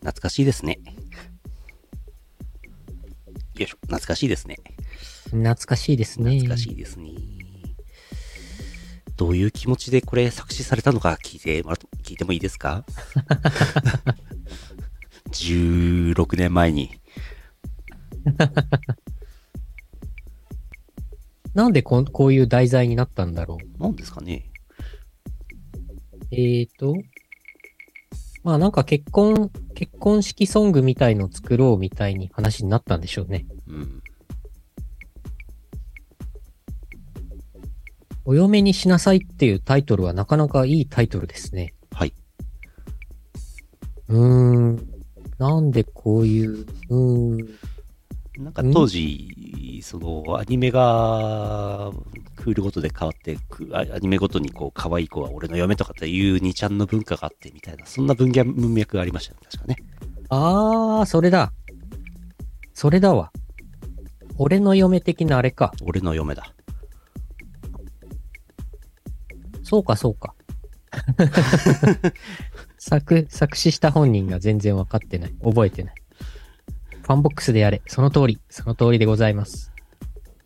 Speaker 2: 懐かしいですねよいしょ懐かしいですね
Speaker 1: 懐かしいですね。
Speaker 2: 懐かしいですね。どういう気持ちでこれ作詞されたのか聞いてもらっ聞いてもいいですか ?16 年前に。
Speaker 1: なんでこんこういう題材になったんだろう。
Speaker 2: なんですかね
Speaker 1: えーと、まあなんか結婚、結婚式ソングみたいのを作ろうみたいに話になったんでしょうね。
Speaker 2: うん。
Speaker 1: お嫁にしなさいっていうタイトルはなかなかいいタイトルですね。
Speaker 2: はい。
Speaker 1: うーん。なんでこういう、うーん。
Speaker 2: なんか当時、そのアニメがクールごとで変わってく、あアニメごとにこう可愛い子は俺の嫁とかっていう2ちゃんの文化があってみたいな、そんな文脈文脈がありましたね、確かね。
Speaker 1: あー、それだ。それだわ。俺の嫁的なあれか。
Speaker 2: 俺の嫁だ。
Speaker 1: そうか、そう か。作、作詞した本人が全然わかってない。覚えてない。ファンボックスでやれ。その通り。その通りでございます。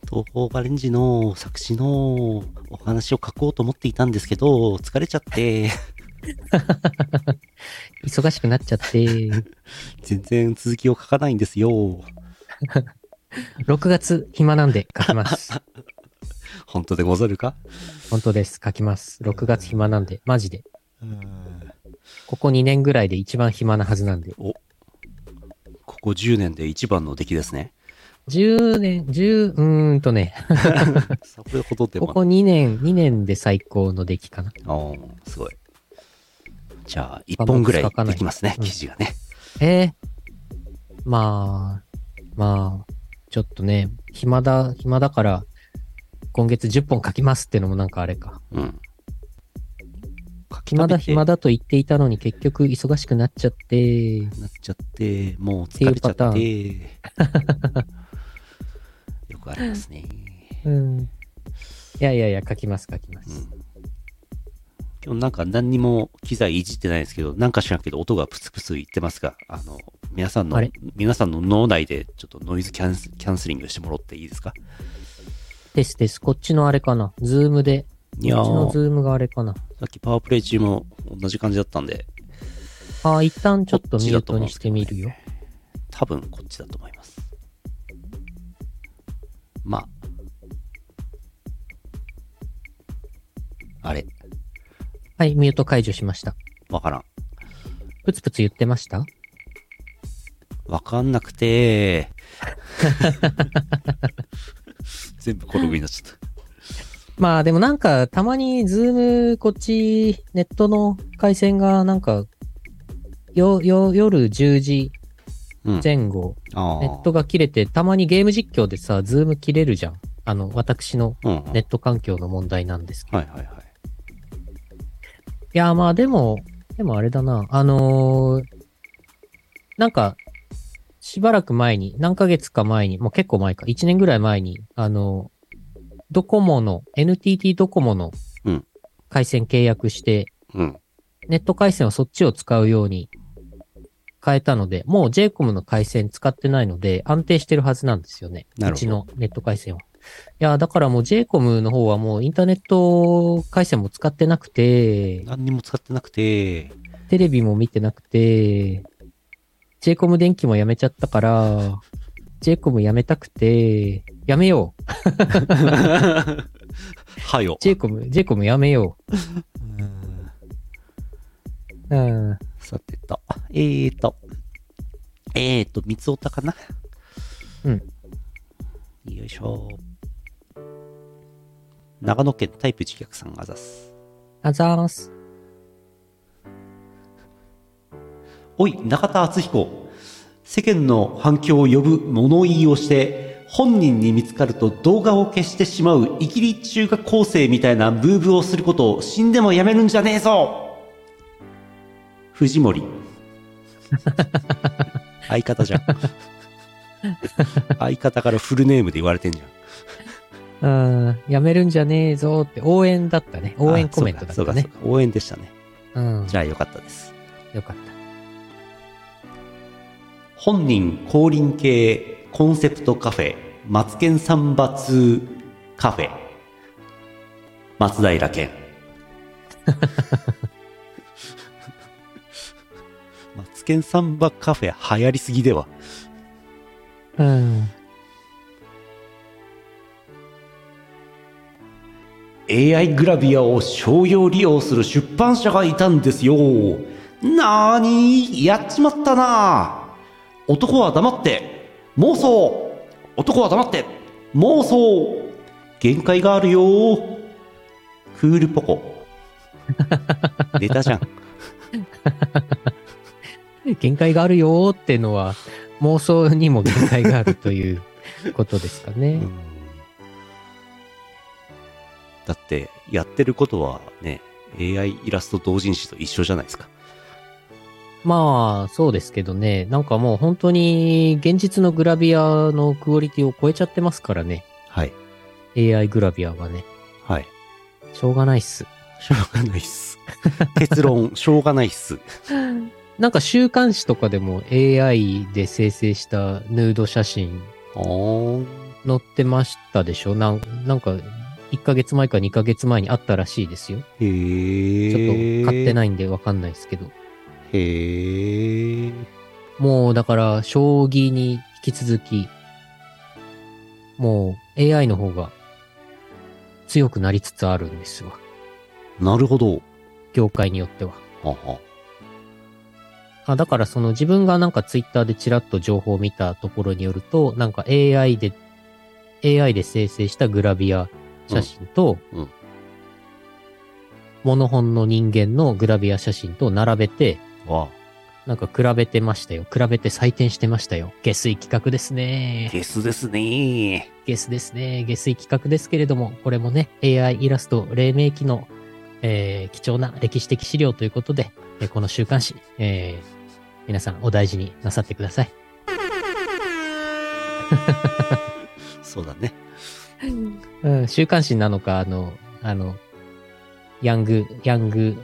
Speaker 2: 東方バレンジの作詞のお話を書こうと思っていたんですけど、疲れちゃって、
Speaker 1: 忙しくなっちゃって、6
Speaker 2: 全然続きを書かないんですよ。
Speaker 1: 月暇なんで書き ます。
Speaker 2: 本当でござるか
Speaker 1: 本当です。書きます。6月暇なんで。マジで。ここ2年ぐらいで一番暇なはずなんで。
Speaker 2: ここ10年で一番の出来ですね。
Speaker 1: 10年、10、うーんとね、
Speaker 2: それほどで
Speaker 1: こ
Speaker 2: も
Speaker 1: こ2年、2年で最高の出来かな。
Speaker 2: あーすごい。じゃあ、1本ぐらいできますね、
Speaker 1: うん
Speaker 2: 記事がね。
Speaker 1: えー、まあ、まあ、ちょっとね、暇だ、暇だから、今月10本書きますってのもなんかあれか。
Speaker 2: うん。書き
Speaker 1: 暇だ暇
Speaker 2: だ。
Speaker 1: だと言っていたのに結局忙しくなっちゃって、
Speaker 2: なっちゃって、もう疲れちゃ
Speaker 1: って
Speaker 2: って。 よくありますね。
Speaker 1: うん。いやいやいや、書きます書きま
Speaker 2: う
Speaker 1: す。
Speaker 2: ん。今日なんか何にも機材いじってないですけど、なんか知らんけど音がプツプツいってますが、あの、皆さんの
Speaker 1: あれ、
Speaker 2: 皆さんの脳内でちょっとノイズキャンスキャンセリングしてもらっていいですか
Speaker 1: ですです。こっちのあれかな。ズームで。
Speaker 2: いや
Speaker 1: こっちのズ
Speaker 2: ー、
Speaker 1: ームがあれかな。
Speaker 2: さっきパワープレイ中も同じ感じだったんで、
Speaker 1: あー、一旦ちょっと
Speaker 2: こっ
Speaker 1: ミ
Speaker 2: ち
Speaker 1: ュー
Speaker 2: だと
Speaker 1: ト
Speaker 2: 思うん
Speaker 1: に
Speaker 2: で
Speaker 1: し
Speaker 2: すけ
Speaker 1: て
Speaker 2: どね
Speaker 1: みるよ。
Speaker 2: 多分こっちだと思います。まあ。あれ
Speaker 1: はい、ミュート解除しました。
Speaker 2: わからん。
Speaker 1: プツプツ言ってました
Speaker 2: わかんなく て。全部転びになっちゃった。
Speaker 1: まあでもなんか、たまにズーム、こっち、ネットの回線がなんか、よ、よ、夜10時
Speaker 2: うん。
Speaker 1: 前後、
Speaker 2: ああ。
Speaker 1: ネットが切れて、たまにゲーム実況でさ、ズーム切れるじゃん。あの、私の
Speaker 2: うん、うん。
Speaker 1: ネット環境の問題なんですけど。
Speaker 2: はいはいはい。
Speaker 1: いや、まあでも、でもあれだな、あのーなんか、しばらく前に、何ヶ月か前に、もう結構前か、1年ぐらい前に、あのードコモの、NTT ドコモの
Speaker 2: うん
Speaker 1: 回線契約して、
Speaker 2: うん。
Speaker 1: ネット回線をそっちを使うように変えたので、もう JCOM の回線使ってないので、安定してるはずなんですよね。
Speaker 2: な
Speaker 1: う
Speaker 2: るほど
Speaker 1: ちのネット回線は。いや、だからもう JCOM の方はもうインターネット回線も使ってなくて、
Speaker 2: 何にも使ってなくて。
Speaker 1: テレビも見てなくて、JCOM 電気もやめちゃったから、JCOM やめたくて、やめよう。
Speaker 2: はよ。
Speaker 1: JCOM、JCOM やめよ
Speaker 2: うん
Speaker 1: う。うん。
Speaker 2: さてと。えーと。えーと、三つおたかな
Speaker 1: うん。
Speaker 2: よいしょ。長野県タイプ自虐さんあざす。
Speaker 1: あざーす。
Speaker 2: おい、中田敦彦。世間の反響を呼ぶ物言いをして、本人に見つかると動画を消してしまう、イキリ中学高生みたいなムーブをすることを死んでもやめるんじゃねえぞ藤 森。相方じゃん。相方からフルネームで言われてんじゃん。
Speaker 1: うん。やめるんじゃねえぞーって、応援だったね。応援コメントだ
Speaker 2: あそ
Speaker 1: っ
Speaker 2: うか
Speaker 1: た
Speaker 2: そう
Speaker 1: ね
Speaker 2: か。そうか応援でしたね。
Speaker 1: うん。
Speaker 2: じゃあよかったです。
Speaker 1: よかっ
Speaker 2: 本人降臨系コンセプトカフェマツケンサンバ2カフェ松平健マツケンサンバカフェ流行りすぎでは
Speaker 1: た。うん。
Speaker 2: AI グラビアを商用利用する出版社がいたんですよ。なーにやっちまったな男は黙って、妄想男は黙って、妄想限界があるよクールポ コ。ネタじゃん。
Speaker 1: 限界があるよーってのは、妄想にも限界があるということですかね。
Speaker 2: だって、やってることはね、AI イラスト同人誌と一緒じゃないですか。
Speaker 1: まあ、そうですけどね。なんかもう本当に現実のグラビアのクオリティを超えちゃってますからね。
Speaker 2: はい。
Speaker 1: AI グラビアはね。
Speaker 2: はい。
Speaker 1: しょうがないっす。
Speaker 2: しょうがないっす。 結論、しょうがないっす。
Speaker 1: なんか週刊誌とかでも AI で生成したヌード写真
Speaker 2: おー
Speaker 1: 載ってましたでしょなんなんか、1ヶ月前か2ヶ月前にあったらしいですよ。
Speaker 2: へ
Speaker 1: ちょ
Speaker 2: え。。
Speaker 1: っと買ってないいんでわかんないですけど。
Speaker 2: へえ。
Speaker 1: もうだから、将棋に引き続き、もう AI の方が強くなりつつあるんですわ。
Speaker 2: なるほど。
Speaker 1: 業界によっては。
Speaker 2: はは。
Speaker 1: あだからその自分がなんかツイッターでちらっと情報を見たところによると、なんか AI で、AI で生成したグラビア写真と、
Speaker 2: うんうん
Speaker 1: モノホンの人間のグラビア写真と並べて、
Speaker 2: わ
Speaker 1: なんか比べてましたよ。比べて採点してましたよ。下水企画ですね。
Speaker 2: ゲスですね
Speaker 1: ゲスですね。下水企画ですけれども、これもね、AI イラスト黎明期の、えー貴重な歴史的資料ということで、えーこの週刊誌、えー皆さんお大事になさってください。
Speaker 2: そうだね。
Speaker 1: うん、週刊誌なのか、あの、あの、ヤング、ヤング、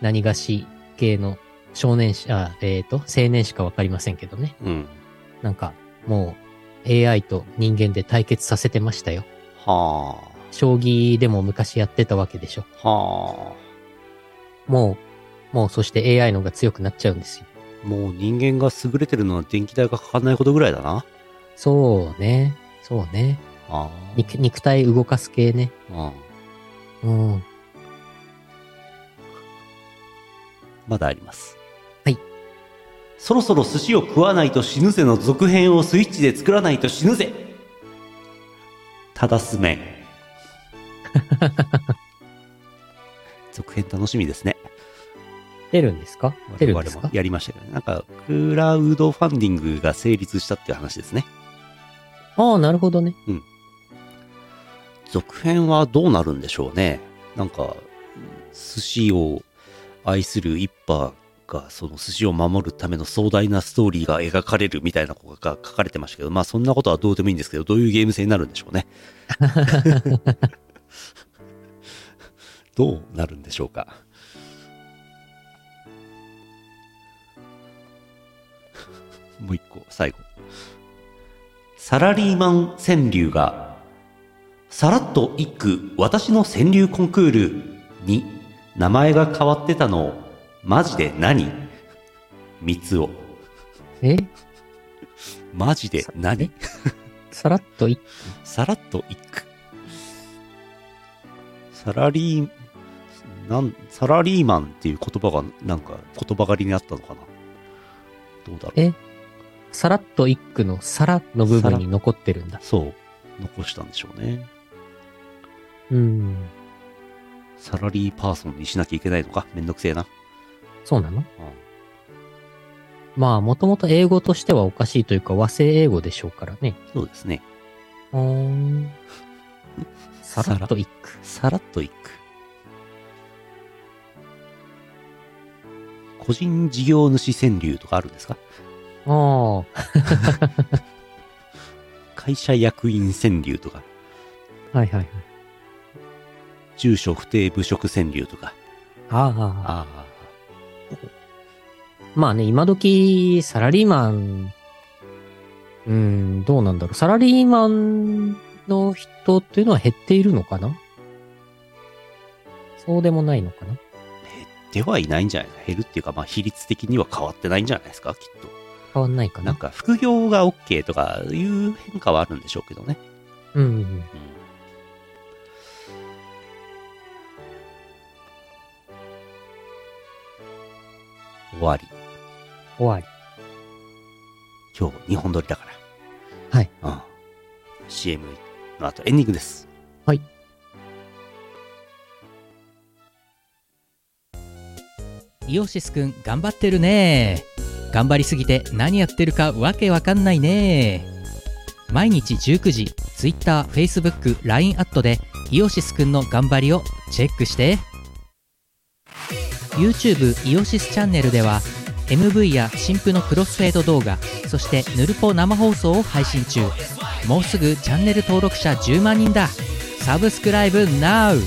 Speaker 1: 何がし系の少年誌、あ、えっ、と、青年誌かわかりませんけどね。
Speaker 2: うん。
Speaker 1: なんか、もう、AI と人間で対決させてましたよ。
Speaker 2: は
Speaker 1: 将棋でも昔やってたわけでしょ。
Speaker 2: あ。は
Speaker 1: もう、もうそして AI の方が強くなっちゃうんですよ。
Speaker 2: あ。もう人間が優れてるのは電気代がかかんないことぐらいだな。
Speaker 1: そうね。そうね。
Speaker 2: あ
Speaker 1: 肉肉体動かす系ね。
Speaker 2: あ。うん。
Speaker 1: うん。
Speaker 2: まだあります。
Speaker 1: はい。
Speaker 2: そろそろ寿司を食わないと死ぬぜの続編をスイッチで作らないと死ぬぜただすめん。 続編楽しみですね。
Speaker 1: 出るんですか出るんです
Speaker 2: 我々
Speaker 1: か
Speaker 2: もやりましたけどね。なんか、クラウドファンディングが成立したっていう話ですね。
Speaker 1: ああ、なるほどね。
Speaker 2: 続編はどうなるんでしょうね。なんか、寿司を愛する一派が、その寿司を守るための壮大なストーリーが描かれるみたいなことが書かれてましたけど、まあそんなことはどうでもいいんですけど、どういうゲーム性になるんでしょうね。どうなるんでしょうか。もう一個、最後。サラリーマン川柳がさらっと一句、私の川柳コンクールに名前が変わってたの、マジで何三つを。
Speaker 1: え
Speaker 2: マジで
Speaker 1: え
Speaker 2: 何
Speaker 1: さらっとい、
Speaker 2: さらっと一句。サラリー、なん、サラリーマンっていう言葉が、なんか、言葉狩りにあったのかなどうだろう
Speaker 1: えさらっと一句のさらの部分に残ってるんだ。
Speaker 2: そう。残したんでしょうね。
Speaker 1: うん。
Speaker 2: サラリーパーソンにしなきゃいけないのかめんどくせえな。
Speaker 1: そうなの
Speaker 2: うん
Speaker 1: まあ、もともと英語としてはおかしいというか和製英語でしょうからね。
Speaker 2: そうですね。
Speaker 1: うーん。さらっと一句。
Speaker 2: さらっといく。個人事業主川柳とかあるんですか
Speaker 1: あ
Speaker 2: 会社役員川柳とか、
Speaker 1: あ。はいはいはい。
Speaker 2: 住所不定部職川柳とか。
Speaker 1: ああ。
Speaker 2: ああ。
Speaker 1: まあね、今時、サラリーマン、うん、どうなんだろう。サラリーマンの人っていうのは減っているのかなそうでもないのかな
Speaker 2: ではいないんじゃないですか減るっていうか、まあ、比率的には変わってないんじゃないですかきっ
Speaker 1: 変わんないか
Speaker 2: と。
Speaker 1: な
Speaker 2: な
Speaker 1: ん
Speaker 2: か、副業が OK とかいう変化はあるんでしょうけどね。
Speaker 1: うんうんうん。
Speaker 2: うん終わり。
Speaker 1: 終わり。
Speaker 2: 今日日本撮りだから
Speaker 1: はい、
Speaker 2: うん、CM の後エンディングです
Speaker 1: はい
Speaker 5: イオシスくん頑張ってるね頑張りすぎて何やってるかわけわかんないね毎日19時 TwitterFacebookLINE アットでイオシスくんの頑張りをチェックして YouTube イオシスチャンネルでは MV や新婦のクロスフェード動画そしてヌルポ生放送を配信中もうすぐチャンネル登録者10万人だサブスクライブ NOW!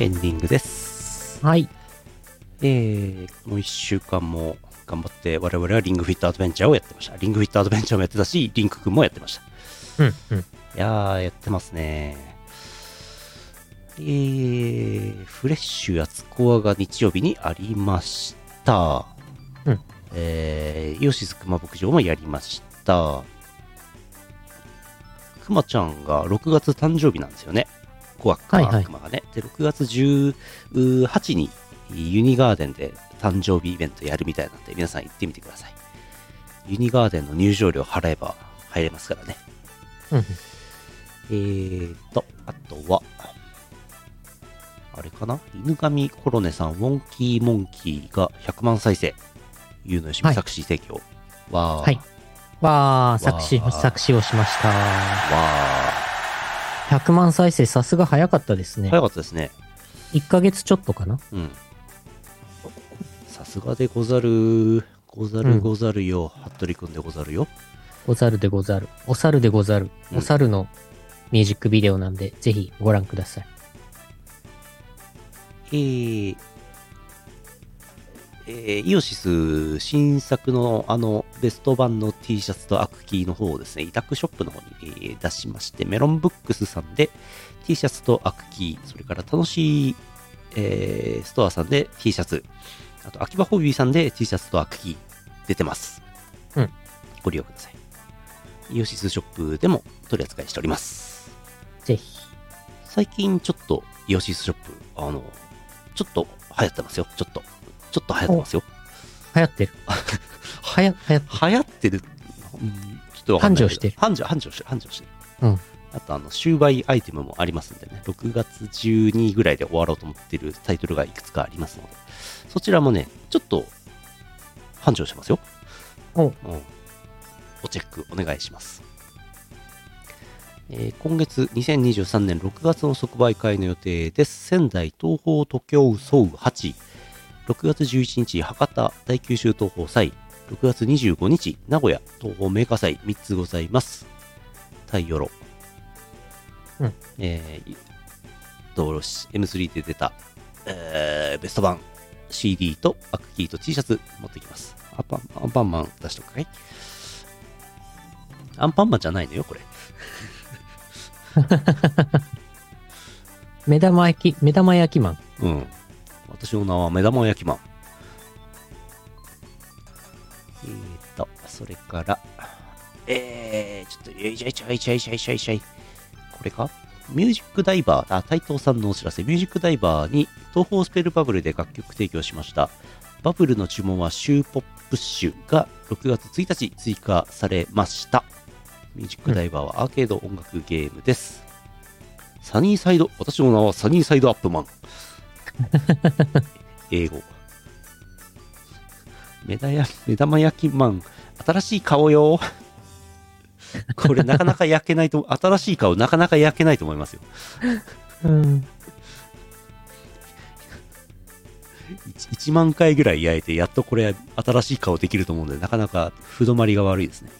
Speaker 2: エンディングです
Speaker 1: はい。
Speaker 2: えー、もう1週間も頑張って我々はリングフィットアドベンチャーをやってましたリングフィットアドベンチャーもやってたしリンク君もやってました
Speaker 1: うんうん。
Speaker 2: いやーやってますねえー、フレッシュやつこわが日曜日にありました
Speaker 1: うん
Speaker 2: えー、イオシスクマ牧場もやりましたくまちゃんが6月誕生日なんですよねコアか、
Speaker 1: はいはい
Speaker 2: 悪魔がね。で、6月18にユニガーデンで誕生日イベントやるみたいなんで、皆さん行ってみてください。ユニガーデンの入場料払えば入れますからね。
Speaker 1: うん。
Speaker 2: えーと、あとは、あれかな犬神コロネさん、ウォンキーモンキーが100万再生。ゆうのよしみ作詞提供。わー。
Speaker 1: はいわあ、作詞
Speaker 2: わ、あ
Speaker 1: 作詞をしました。
Speaker 2: わ
Speaker 1: 100万再生、さすが早かったです
Speaker 2: ー。
Speaker 1: ね。
Speaker 2: 早かったですね。
Speaker 1: 1ヶ月ちょっとかな。
Speaker 2: うん。さすがでござる。ござるござるよ。服部くんでござるよ。
Speaker 1: ござるでござる。お猿でござる。
Speaker 2: うん
Speaker 1: お猿のミュージックビデオなんで、ぜひご覧ください。
Speaker 2: えー、えーイオシス新作のあのベスト版の T シャツとアクキーの方をですね、委託ショップの方に、えー出しまして、メロンブックスさんで T シャツとアクキー、それから楽しい、えーストアさんで T シャツ、あと秋葉ホビーさんで T シャツとアクキー出てます。
Speaker 1: うん。
Speaker 2: ご利用ください。イオシスショップでも取り扱いしております。
Speaker 1: ぜひ。
Speaker 2: 最近ちょっとイオシスショップあのちょっと流行ってますよちょっとちょっと流行ってますよ
Speaker 1: 流行ってる。はや、流行っ
Speaker 2: 流行ってる、うんちょっとわかんな
Speaker 1: 繁盛
Speaker 2: いけど
Speaker 1: してる
Speaker 2: 繁盛繁盛してる繁盛してる
Speaker 1: うん
Speaker 2: あとあの終売アイテムもありますんでね6月12ぐらいで終わろうと思ってるタイトルがいくつかありますのでそちらもねちょっと繁盛してますよ
Speaker 1: お
Speaker 2: うんおチェックお願いしますえー今月2023年6月の即売会の予定です。仙台、東方、東京、ソウ8、6月11日、博多、大九州東方祭、6月25日、名古屋、東方メーカー祭、3つございます。太陽炉。
Speaker 1: うん。
Speaker 2: えー、道路し M3 で出た、えー、ベスト版 CD とアクキーと T シャツ持ってきます。アンパンアンパンマン出しとくかいアンパンマンじゃないのよ、これ。
Speaker 1: 目玉焼き、目玉焼きマン。
Speaker 2: うん。私の名は目玉焼きマン。えーと、それから、えー、ちょっと、よいしょいしょいしょいしょいしょいしょい。これかミュージックダイバー、あ、斉藤さんのお知らせ、ミュージックダイバーに東方スペルバブルで楽曲提供しました。バブルの注文はシューポップッシュが6月1日追加されました。ミュージックダイバーはアーケード音楽ゲームです。サニーサイド、私の名はサニーサイドアップマン。英語。目だや目玉焼きマン、新しい顔よ。 これなかなか焼けないと、新しい顔なかなか焼けないと思いますよ。
Speaker 1: うん。
Speaker 2: 1, 万回ぐらい焼いて、やっとこれ新しい顔できると思うんで、なかなか不止まりが悪いですね。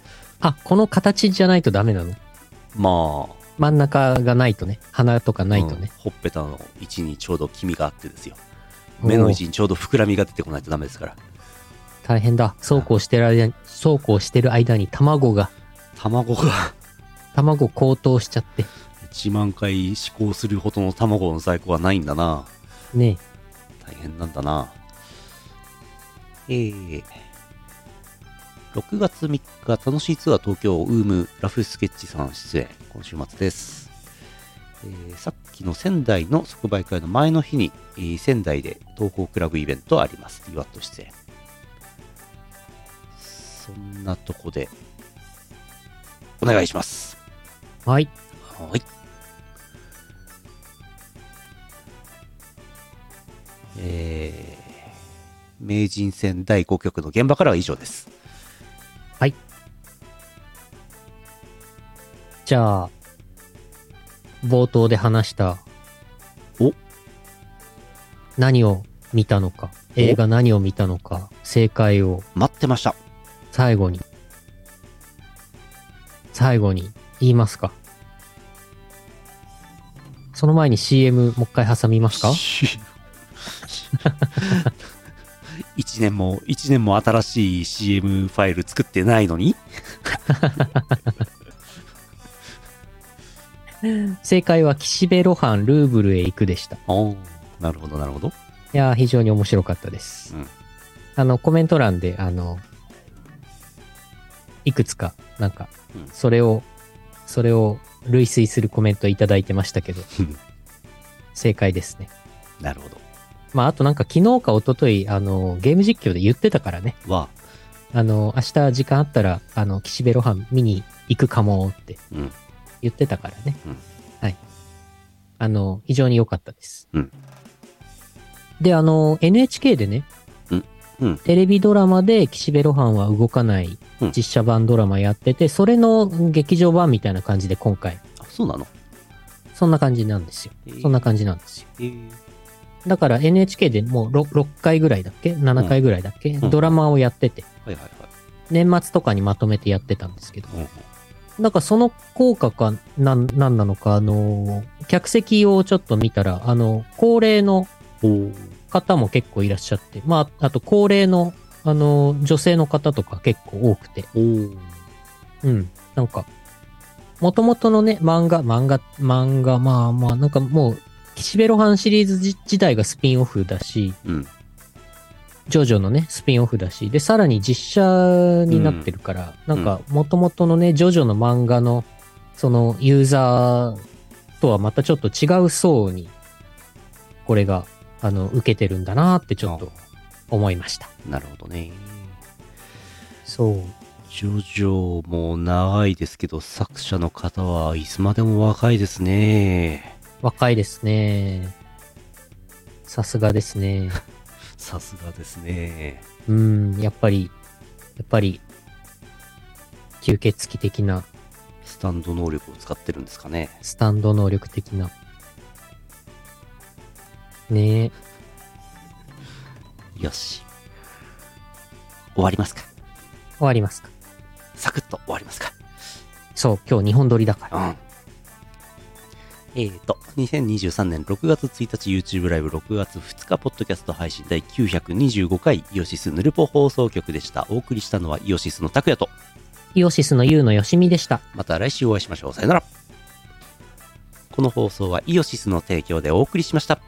Speaker 1: あ、この形じゃないとダメなの。
Speaker 2: まあ、
Speaker 1: 真ん中がないとね。鼻とかないと
Speaker 2: うん
Speaker 1: ね。
Speaker 2: ほっぺたの位置にちょうど黄身があってですよ。目の位置にちょうど膨らみが出てこないとダメですから。
Speaker 1: 大変だ。そうこうしてる間に、そうこうしてる間に卵が、
Speaker 2: 卵が
Speaker 1: 卵高騰しちゃって。
Speaker 2: 1万回試行するほどの卵の在庫はないんだな。
Speaker 1: ね
Speaker 2: 大変なんだな。えー、6月3日、楽しいツアー東京、ウーム、ラフスケッチさん出演、今週末です。えーさっきの仙台の即売会の前の日に、えー仙台で東宝クラブイベントあります。リワット出演。そんなとこで、お願いします。
Speaker 1: え。はい。
Speaker 2: はい。えー、名人戦第5局の現場からは以上です。
Speaker 1: じゃあ、冒頭で話した。
Speaker 2: お
Speaker 1: 何を見たのか。
Speaker 2: お
Speaker 1: 映画何を見たのか。正解を
Speaker 2: 待ってました。
Speaker 1: 最後に。最後に言いますか。その前に CM もう一回挟みますか
Speaker 2: 一年も、一年も新しい CM ファイル作ってないのに
Speaker 1: 正解は岸辺露伴ルーブルへ行くでした。い
Speaker 2: おーなるほど、なるほど。
Speaker 1: やー、非常に面白かったです。
Speaker 2: うん
Speaker 1: あの、コメント欄で、あの、いくつか、なんか
Speaker 2: うん、
Speaker 1: それを、それを類推するコメントいただいてましたけど
Speaker 2: うん、
Speaker 1: 正解ですね。
Speaker 2: なるほど。
Speaker 1: まあ、あとなんか昨日か一昨日あの、ゲーム実況で言ってたからね。
Speaker 2: は、
Speaker 1: あの、明日時間あったら、あの、岸辺露伴見に行くかもって
Speaker 2: うん
Speaker 1: 言ってたからね。
Speaker 2: うん
Speaker 1: はい。あの、非常に良かったです。
Speaker 2: うん
Speaker 1: で、あの、NHK でね、
Speaker 2: うんうん
Speaker 1: テレビドラマで岸辺露伴は動かない
Speaker 2: うん
Speaker 1: 実写版ドラマやってて、それの劇場版みたいな感じで今回、
Speaker 2: あそうなの
Speaker 1: そんな感じなんですよ。
Speaker 2: えー
Speaker 1: そんな感じなんですよ。
Speaker 2: えー
Speaker 1: だから NHK でもう 6, 回ぐらいだっけ ?7 回ぐらいだっけ、
Speaker 2: うん
Speaker 1: ドラマをやってて、
Speaker 2: はいはいはい。
Speaker 1: 年末とかにまとめてやってたんですけど、
Speaker 2: うんうん
Speaker 1: なんかその効果かなん、なんなのか、あのー客席をちょっと見たら、あの、高齢の
Speaker 2: お
Speaker 1: 方も結構いらっしゃって、まあ、あと高齢の、あのー女性の方とか結構多くて、
Speaker 2: おー
Speaker 1: うん、なんか、元々のね、漫画、漫画、漫画、まあまあ、なんかもう、岸辺露伴シリーズ自自体がスピンオフだし、
Speaker 2: うん。
Speaker 1: ジョジョのね、スピンオフだし、で、さらに実写になってるから、
Speaker 2: ん
Speaker 1: なんか、元々のね、ジョジョの漫画の、その、ユーザーとはまたちょっと違う層に、これが、あの、受けてるんだなってちょっと思いました。
Speaker 2: なるほどね。
Speaker 1: そう。
Speaker 2: ジョジョも長いですけど、作者の方はいつまでも若いですね。
Speaker 1: 若いですね。さすがです ね。
Speaker 2: さすがですね。
Speaker 1: うん、やっぱり、やっぱり、吸血鬼的な、
Speaker 2: スタンド能力を使ってるんですかね。
Speaker 1: スタンド能力的な。ねえ。
Speaker 2: よし。終わりますか
Speaker 1: 終わりますか。
Speaker 2: サクッと終わりますか
Speaker 1: そう、今日日本撮りだから。
Speaker 2: うん。えーと、2023年6月1日 YouTube ライブ6月2日ポッドキャスト配信第925回イオシスヌルポ放送局でした。お送りしたのはイオシスの拓也と、
Speaker 1: イオシスのユウのよしみでした。
Speaker 2: また来週お会いしましょう。さよなら。この放送はイオシスの提供でお送りしました。